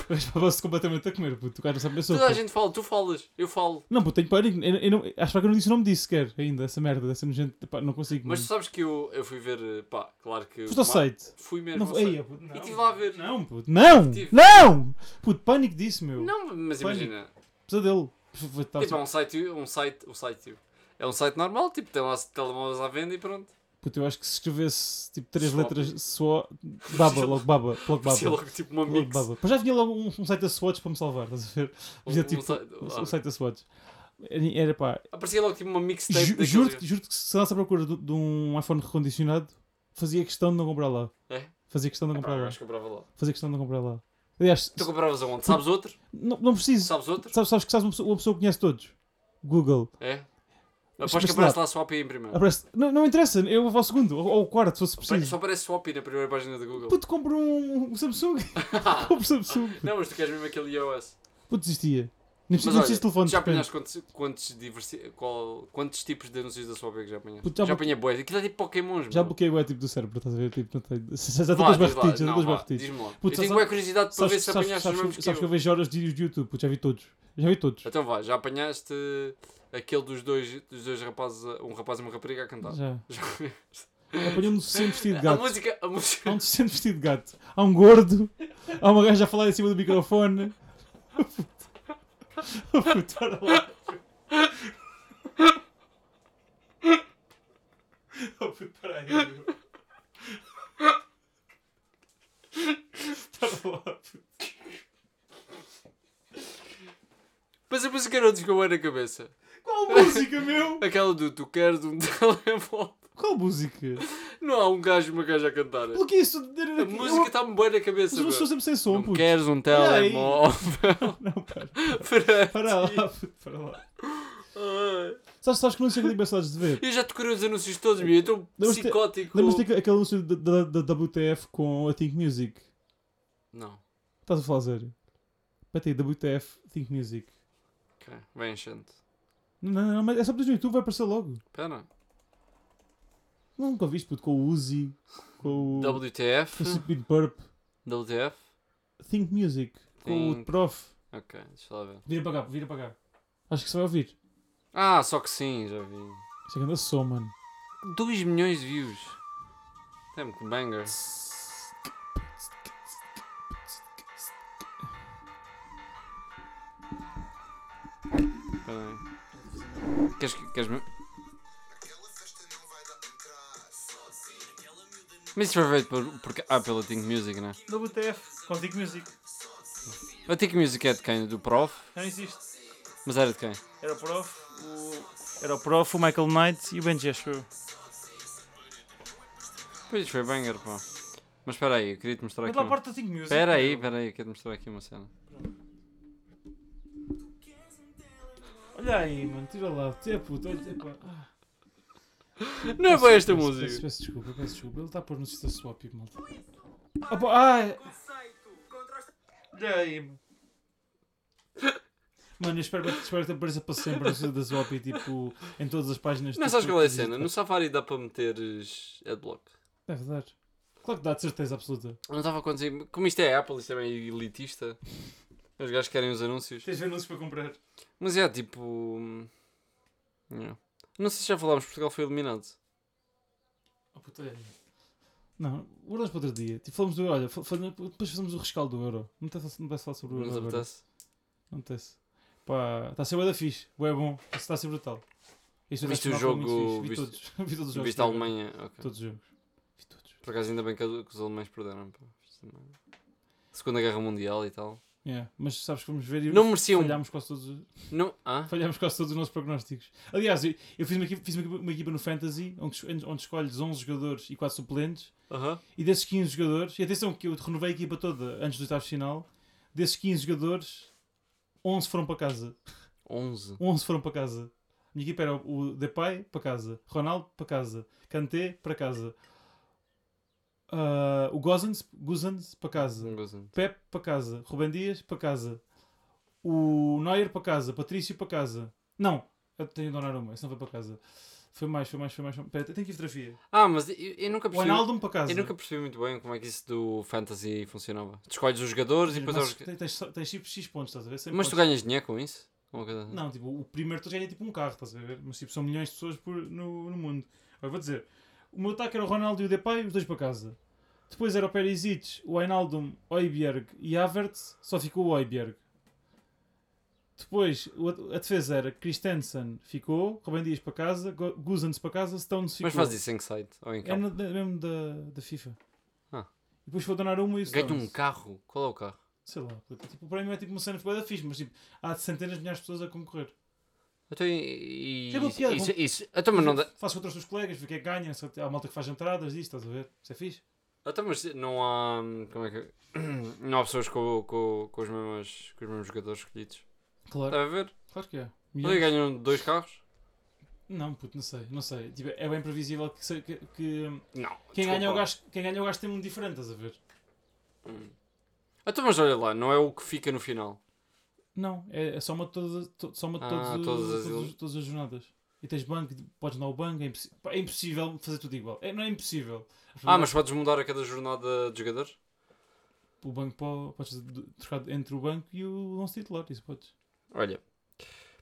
[SPEAKER 2] O gajo baba-se completamente a comer, puto. O gajo não sabe pensar.
[SPEAKER 1] Toda a gente fala. Tu falas. Eu falo.
[SPEAKER 2] Não, puto, tenho pânico. Eu, eu não, acho que eu não disse o nome disso sequer ainda, essa merda, dessa gente. Pá, não consigo.
[SPEAKER 1] Mas tu
[SPEAKER 2] mano.
[SPEAKER 1] sabes que eu, eu fui ver, eh, pá, claro que...
[SPEAKER 2] Hum. Foste ao
[SPEAKER 1] Ma-
[SPEAKER 2] site.
[SPEAKER 1] Fui mesmo
[SPEAKER 2] Não,
[SPEAKER 1] ao
[SPEAKER 2] foi-
[SPEAKER 1] site.
[SPEAKER 2] Ei, puto, não.
[SPEAKER 1] E estive lá a ver.
[SPEAKER 2] Não, puto, não!
[SPEAKER 1] Tive.
[SPEAKER 2] Não! Puto, pânico disso, meu.
[SPEAKER 1] Não, mas
[SPEAKER 2] Pânico.
[SPEAKER 1] imagina.
[SPEAKER 2] Pesadelo. Foi- tava-
[SPEAKER 1] Tipo, é um site, um site, um site, tipo. É um site normal, tipo, tem lá telemóveis à venda e pronto.
[SPEAKER 2] Puto, eu acho que se escrevesse tipo três
[SPEAKER 1] Swap.
[SPEAKER 2] letras só. Baba, logo baba, logo baba.
[SPEAKER 1] Parecia logo, tipo, uma
[SPEAKER 2] Logo
[SPEAKER 1] mix.
[SPEAKER 2] baba. Pois já vinha logo um, um site da Swatch para me salvar, estás a ver?
[SPEAKER 1] Um-
[SPEAKER 2] Vinha
[SPEAKER 1] um
[SPEAKER 2] tipo.
[SPEAKER 1] site-
[SPEAKER 2] Um, um site da Swatch. Era pá,
[SPEAKER 1] Aparecia logo, tipo, uma mixtape
[SPEAKER 2] ju-
[SPEAKER 1] daqueles-
[SPEAKER 2] juro, juro que se lança à procura de, de um iPhone recondicionado, fazia questão de não comprar lá.
[SPEAKER 1] É?
[SPEAKER 2] Fazia questão de não
[SPEAKER 1] Epá,
[SPEAKER 2] comprar
[SPEAKER 1] eu
[SPEAKER 2] lá.
[SPEAKER 1] acho que comprava lá.
[SPEAKER 2] Fazia questão de não comprar lá. Aliás,
[SPEAKER 1] Tu compravas aonde? Sabes outro?
[SPEAKER 2] não, não preciso.
[SPEAKER 1] Sabes outro?
[SPEAKER 2] Sabes, sabes que sabes uma pessoa, uma pessoa que conhece todos. Google.
[SPEAKER 1] É?
[SPEAKER 2] Mas Ah,
[SPEAKER 1] Aposto que
[SPEAKER 2] espera lá.
[SPEAKER 1] aparece lá Swap em primeiro.
[SPEAKER 2] Aparece- Não, não interessa, eu vou ao segundo ou ou ao quarto, se fosse
[SPEAKER 1] Apare- é Só
[SPEAKER 2] preciso.
[SPEAKER 1] aparece Swap na primeira página da Google.
[SPEAKER 2] Puto, compro um, um Samsung. (laughs) compro um Samsung.
[SPEAKER 1] Não, mas tu queres mesmo aquele iOS.
[SPEAKER 2] Puto, desistia. Nem preciso,
[SPEAKER 1] Mas
[SPEAKER 2] não
[SPEAKER 1] olha,
[SPEAKER 2] preciso de telefone.
[SPEAKER 1] já
[SPEAKER 2] de repente.
[SPEAKER 1] apanhaste quantos, quantos, diversi- qual- quantos tipos de anúncios da Swap é que já apanhaste?
[SPEAKER 2] Puto, já
[SPEAKER 1] Já
[SPEAKER 2] bloque-
[SPEAKER 1] apanhei boas. Aquilo é tipo Pokémons,
[SPEAKER 2] Já
[SPEAKER 1] meu.
[SPEAKER 2] bloqueei o tipo do cérebro, estás a ver? Tipo, não tenho... (laughs) Já
[SPEAKER 1] Vá,
[SPEAKER 2] já estou
[SPEAKER 1] diz lá.
[SPEAKER 2] barretidos, já
[SPEAKER 1] Não,
[SPEAKER 2] estou
[SPEAKER 1] vá,
[SPEAKER 2] barretidos.
[SPEAKER 1] diz-me lá.
[SPEAKER 2] Puto,
[SPEAKER 1] eu tenho
[SPEAKER 2] sabes-
[SPEAKER 1] boa curiosidade para ver se apanhaste os mesmos
[SPEAKER 2] sabes
[SPEAKER 1] que
[SPEAKER 2] que
[SPEAKER 1] eu.
[SPEAKER 2] eu vejo horas de vídeos de YouTube, puto, já vi todos. Já vi todos.
[SPEAKER 1] Então vá, já apanhaste aquele dos dois, dos dois rapazes, um rapaz e uma rapariga a cantar.
[SPEAKER 2] (laughs) Já.
[SPEAKER 1] Já-
[SPEAKER 2] Apanhou-me um deficiente vestido de
[SPEAKER 1] A
[SPEAKER 2] gato.
[SPEAKER 1] música, a
[SPEAKER 2] Há
[SPEAKER 1] música. (laughs)
[SPEAKER 2] um deficiente vestido de gato. Há um gordo. Há uma gaja a falar em cima do microfone. (laughs) Puto. Puto, olha lá. Oh, puto, para aí, meu. Para lá, puto.
[SPEAKER 1] Mas a música não ficou bem na cabeça.
[SPEAKER 2] Qual música, meu?
[SPEAKER 1] Aquela do tu queres um (laughs) telemóvel.
[SPEAKER 2] Qual música?
[SPEAKER 1] Não há um gajo e uma gaja a cantar.
[SPEAKER 2] Pelo que é isso?
[SPEAKER 1] A música está-me bem na cabeça.
[SPEAKER 2] As pessoas estão
[SPEAKER 1] meu.
[SPEAKER 2] sempre sem som,
[SPEAKER 1] Não
[SPEAKER 2] puto.
[SPEAKER 1] queres um
[SPEAKER 2] Olha aí.
[SPEAKER 1] telemóvel. (laughs)
[SPEAKER 2] Não, para.
[SPEAKER 1] Para-
[SPEAKER 2] Para lá, puto, para lá.
[SPEAKER 1] Ai.
[SPEAKER 2] Sabes, sabes que não sei que tenho bem saudades de ver?
[SPEAKER 1] Eu já decorei os anúncios todos, meu. Eu estou
[SPEAKER 2] Lembras-te-
[SPEAKER 1] psicótico.
[SPEAKER 2] Lembras-te daque- aquele anúncio da, da- da WTF com a Think Music?
[SPEAKER 1] Não.
[SPEAKER 2] Estás a falar sério? Espera aí, WTF, Think Music.
[SPEAKER 1] Ok. Bem enchente.
[SPEAKER 2] Não, não, não, mas é só para no YouTube, vai aparecer logo.
[SPEAKER 1] Pera.
[SPEAKER 2] Não, nunca viste, puto, com o Uzi, com o, com o
[SPEAKER 1] WTF.
[SPEAKER 2] Stupid Burp.
[SPEAKER 1] WTF.
[SPEAKER 2] Think Music, com o
[SPEAKER 1] Think.
[SPEAKER 2] Prof.
[SPEAKER 1] Ok, deixa lá ver.
[SPEAKER 2] Vira para cá, vira para cá. Acho que se vai ouvir.
[SPEAKER 1] Ah, só que sim, já vi.
[SPEAKER 2] Isso é grande som, mano.
[SPEAKER 1] 2 milhões de views. Tem que banger. Espera aí. Queres, que- queres me... Mas isso foi feito por, por, ah, pela Think Music, né?
[SPEAKER 2] WTF, com Think Music.
[SPEAKER 1] A Think Music é de quem? Do Prof?
[SPEAKER 2] Não existe.
[SPEAKER 1] Mas era de quem?
[SPEAKER 2] Era o Prof, o... Era o Prof, o Michael Knight e o Ben Jeshua.
[SPEAKER 1] Pois isso foi banger, pá. Mas espera aí, eu queria te mostrar aqui. uma-
[SPEAKER 2] da Think Music.
[SPEAKER 1] Espera aí, espera aí, eu quero te mostrar aqui uma cena.
[SPEAKER 2] Olha aí, mano, tira lá. Tira, puto, olha, epá. Ah,
[SPEAKER 1] Não é
[SPEAKER 2] peço-
[SPEAKER 1] para esta
[SPEAKER 2] peço- Peço,
[SPEAKER 1] música.
[SPEAKER 2] peço desculpa, peço desculpa. Ele está a pôr no Sister Swap, tipo, malta. Ah, pô, ai. Olha aí, mano. Mano, eu espero, espero que apareça para sempre no Sister Swap e tipo em todas as páginas.
[SPEAKER 1] Não
[SPEAKER 2] tipo,
[SPEAKER 1] sabes qual é a
[SPEAKER 2] de-
[SPEAKER 1] cena? No Safari dá para meteres adblock.
[SPEAKER 2] Deve dar. É Claro que dá, de certeza absoluta.
[SPEAKER 1] Eu Não estava a acontecer. Como isto é Apple, isto é meio elitista. Os gajos querem os anúncios.
[SPEAKER 2] Tens anúncios para comprar.
[SPEAKER 1] Mas é tipo. hum, yeah. Não sei se já falámos, Portugal foi eliminado.
[SPEAKER 2] Ah, puto, olha aí. Não, guardamos para outro dia. Tipo, falamos do. Olha, fa- fa- depois fazemos o rescaldo do euro. Não está não vai falar sobre o
[SPEAKER 1] Não
[SPEAKER 2] euro.
[SPEAKER 1] nos
[SPEAKER 2] agora.
[SPEAKER 1] apetece.
[SPEAKER 2] Acontece. Pá, está a ser bué da fixe. Bué bom. Isso Está a ser brutal. Isto é
[SPEAKER 1] Viste o
[SPEAKER 2] nacional, foi
[SPEAKER 1] jogo-
[SPEAKER 2] muito fixe. Vi
[SPEAKER 1] viste-
[SPEAKER 2] todos. (laughs) Vi todos os jogos.
[SPEAKER 1] Viste a Alemanha? Ok.
[SPEAKER 2] Todos os jogos. Vi todos.
[SPEAKER 1] Por acaso, ainda bem que que os alemães perderam. pá. Segunda Guerra Mundial e tal.
[SPEAKER 2] Yeah. Mas sabes que vamos ver e
[SPEAKER 1] Não mereciam.
[SPEAKER 2] falhámos, quase todos, os- (laughs)
[SPEAKER 1] Não. Ah?
[SPEAKER 2] falhámos quase todos os nossos prognósticos. Aliás, eu, eu fiz, uma equipa, fiz uma equipa- uma equipa no Fantasy onde, es- onde escolhes 11 jogadores e 4 suplentes.
[SPEAKER 1] Aham.
[SPEAKER 2] E desses 15 jogadores, e atenção que eu renovei a equipa toda antes do oitavo final, desses 15 jogadores, 11 foram para casa.
[SPEAKER 1] 11.
[SPEAKER 2] 11 foram para casa. A minha equipa era o Depay para casa, Ronaldo para casa, Kanté para casa, ah, o Gozens, Guzans para casa,
[SPEAKER 1] Não gosto.
[SPEAKER 2] Pep para casa, Rubem Dias para casa, o Neuer para casa, Patrício para casa. Não, eu tenho o Donnarumma, esse não foi para casa. Foi mais, foi mais, foi mais. Pera, tem aqui fotografia.
[SPEAKER 1] Ah, mas eu, eu nunca
[SPEAKER 2] O
[SPEAKER 1] percebi.
[SPEAKER 2] Wijnaldum para casa.
[SPEAKER 1] Eu nunca percebi muito bem como é que isso do fantasy funcionava. Tu escolhes os jogadores e depois.
[SPEAKER 2] mas,
[SPEAKER 1] aos-
[SPEAKER 2] tens, tens, tens tipo X pontos, estás a ver? Cem
[SPEAKER 1] Mas tu
[SPEAKER 2] pontos.
[SPEAKER 1] ganhas dinheiro com isso? Uma coisa assim.
[SPEAKER 2] Não, tipo, o primeiro tu ganha tipo um carro, estás a ver? Mas tipo, são milhões de pessoas por, no, no mundo. Agora vou dizer: o meu ataque era o Ronaldo e o Depay, os dois para casa. Depois era o Perisic, o Einaldum, Oibjerg e Havertz, só ficou o Oibjerg. Depois o at- a defesa era Christensen, ficou, Rubem Dias para casa, Go- Guzans para casa, Stones ficou.
[SPEAKER 1] Mas faz isso em que site? Ou em
[SPEAKER 2] É
[SPEAKER 1] campo?
[SPEAKER 2] na- da- mesmo da, da FIFA.
[SPEAKER 1] Ah.
[SPEAKER 2] E depois vou donar uma e o
[SPEAKER 1] Ganho
[SPEAKER 2] Stones.
[SPEAKER 1] um carro. Qual é o carro?
[SPEAKER 2] Sei lá, puto, tipo, o prémio é tipo uma cena de boa da fixe, mas tipo, há centenas de milhares de pessoas a concorrer.
[SPEAKER 1] Então, e, e,
[SPEAKER 2] Tem É uma
[SPEAKER 1] isso,
[SPEAKER 2] piada,
[SPEAKER 1] isso, isso- Então, mas não, dá-
[SPEAKER 2] Faço com outros teus colegas, vê o que é que ganha. se Há malta que faz entradas disto, estás a ver? Isso é fixe.
[SPEAKER 1] então, mas não há. Como é (clears throat) que. Não há pessoas com, com, com os, mesmos, com os mesmos jogadores escolhidos.
[SPEAKER 2] Claro,
[SPEAKER 1] Está a ver?
[SPEAKER 2] claro que é.
[SPEAKER 1] Eles ganham dois carros?
[SPEAKER 2] Não, puto, não sei, não sei. Tipo, é bem previsível que, se- que- que-
[SPEAKER 1] Não.
[SPEAKER 2] quem, ganha é
[SPEAKER 1] desculpa.
[SPEAKER 2] o gajo, quem ganha o gajo tem muito diferente, estás a ver?
[SPEAKER 1] Hum. Então, mas olha lá, não é o que fica no final.
[SPEAKER 2] Não, é, é soma de todas, to, soma de
[SPEAKER 1] Ah,
[SPEAKER 2] todos os-
[SPEAKER 1] todas as-
[SPEAKER 2] todos os- todas as jornadas. E tens banco, podes dar o banco, é, impossi- pá, é impossível fazer tudo igual. É, não é impossível.
[SPEAKER 1] Ah, mas podes mudar a cada jornada de jogadores?
[SPEAKER 2] O banco po- podes d- trocar entre o banco e o 11 titular, isso podes.
[SPEAKER 1] Olha.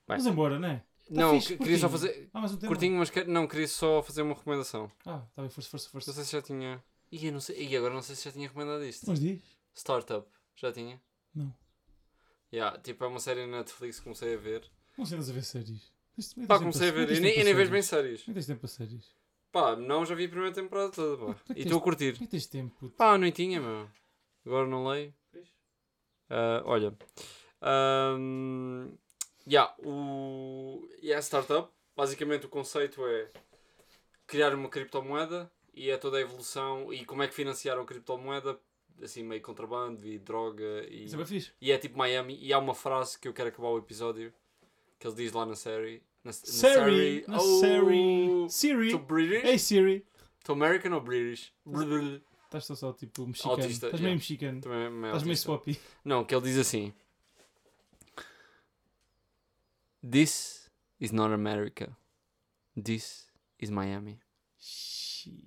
[SPEAKER 1] Bem.
[SPEAKER 2] Mas embora, não é? Tá
[SPEAKER 1] não,
[SPEAKER 2] fixe,
[SPEAKER 1] que- queria só
[SPEAKER 2] curtinho.
[SPEAKER 1] fazer.
[SPEAKER 2] Ah, mas um tema.
[SPEAKER 1] Curtinho, mas que- não, queria só fazer uma recomendação.
[SPEAKER 2] Ah, tá bem, força, força, força.
[SPEAKER 1] Não sei se já tinha. E não sei. E agora não sei se já tinha recomendado isto.
[SPEAKER 2] Mas diz?
[SPEAKER 1] Startup, já tinha?
[SPEAKER 2] Não.
[SPEAKER 1] Yeah, tipo, é uma série na Netflix que comecei a ver.
[SPEAKER 2] Não sei andas a ver séries. Tens- nem
[SPEAKER 1] Pá,
[SPEAKER 2] tens tempo
[SPEAKER 1] comecei a ver.
[SPEAKER 2] tens
[SPEAKER 1] E nem,
[SPEAKER 2] tempo
[SPEAKER 1] e nem vejo bem
[SPEAKER 2] é séries.
[SPEAKER 1] séries.
[SPEAKER 2] Nem tens tempo para séries.
[SPEAKER 1] Pá, não, já vi a primeira temporada toda,
[SPEAKER 2] (laughs)
[SPEAKER 1] pá.
[SPEAKER 2] Como é que
[SPEAKER 1] E estou a curtir.
[SPEAKER 2] Nem tens tempo, puto.
[SPEAKER 1] Pá, não tinha, meu. Agora não leio. Ah, olha. Ahm, yeah, o... yeah, startup. Basicamente o conceito é criar uma criptomoeda e é toda a evolução e como é que financiaram a criptomoeda, assim meio contrabando e droga e.
[SPEAKER 2] Isso é bem fixe.
[SPEAKER 1] E é tipo Miami. E há uma frase que eu quero acabar o episódio que ele diz lá na série. Na, na
[SPEAKER 2] Siri, na
[SPEAKER 1] Oh!
[SPEAKER 2] Siri. Siri.
[SPEAKER 1] To British?
[SPEAKER 2] Ei Siri.
[SPEAKER 1] To American ou British? Brr,
[SPEAKER 2] Estás só, só tipo mexicano.
[SPEAKER 1] Autista,
[SPEAKER 2] Estás
[SPEAKER 1] yeah.
[SPEAKER 2] meio mexicano.
[SPEAKER 1] Também é meio
[SPEAKER 2] Estás meio
[SPEAKER 1] autista.
[SPEAKER 2] swappy.
[SPEAKER 1] Não, que ele diz assim: This is not America. This is Miami.
[SPEAKER 2] Shit.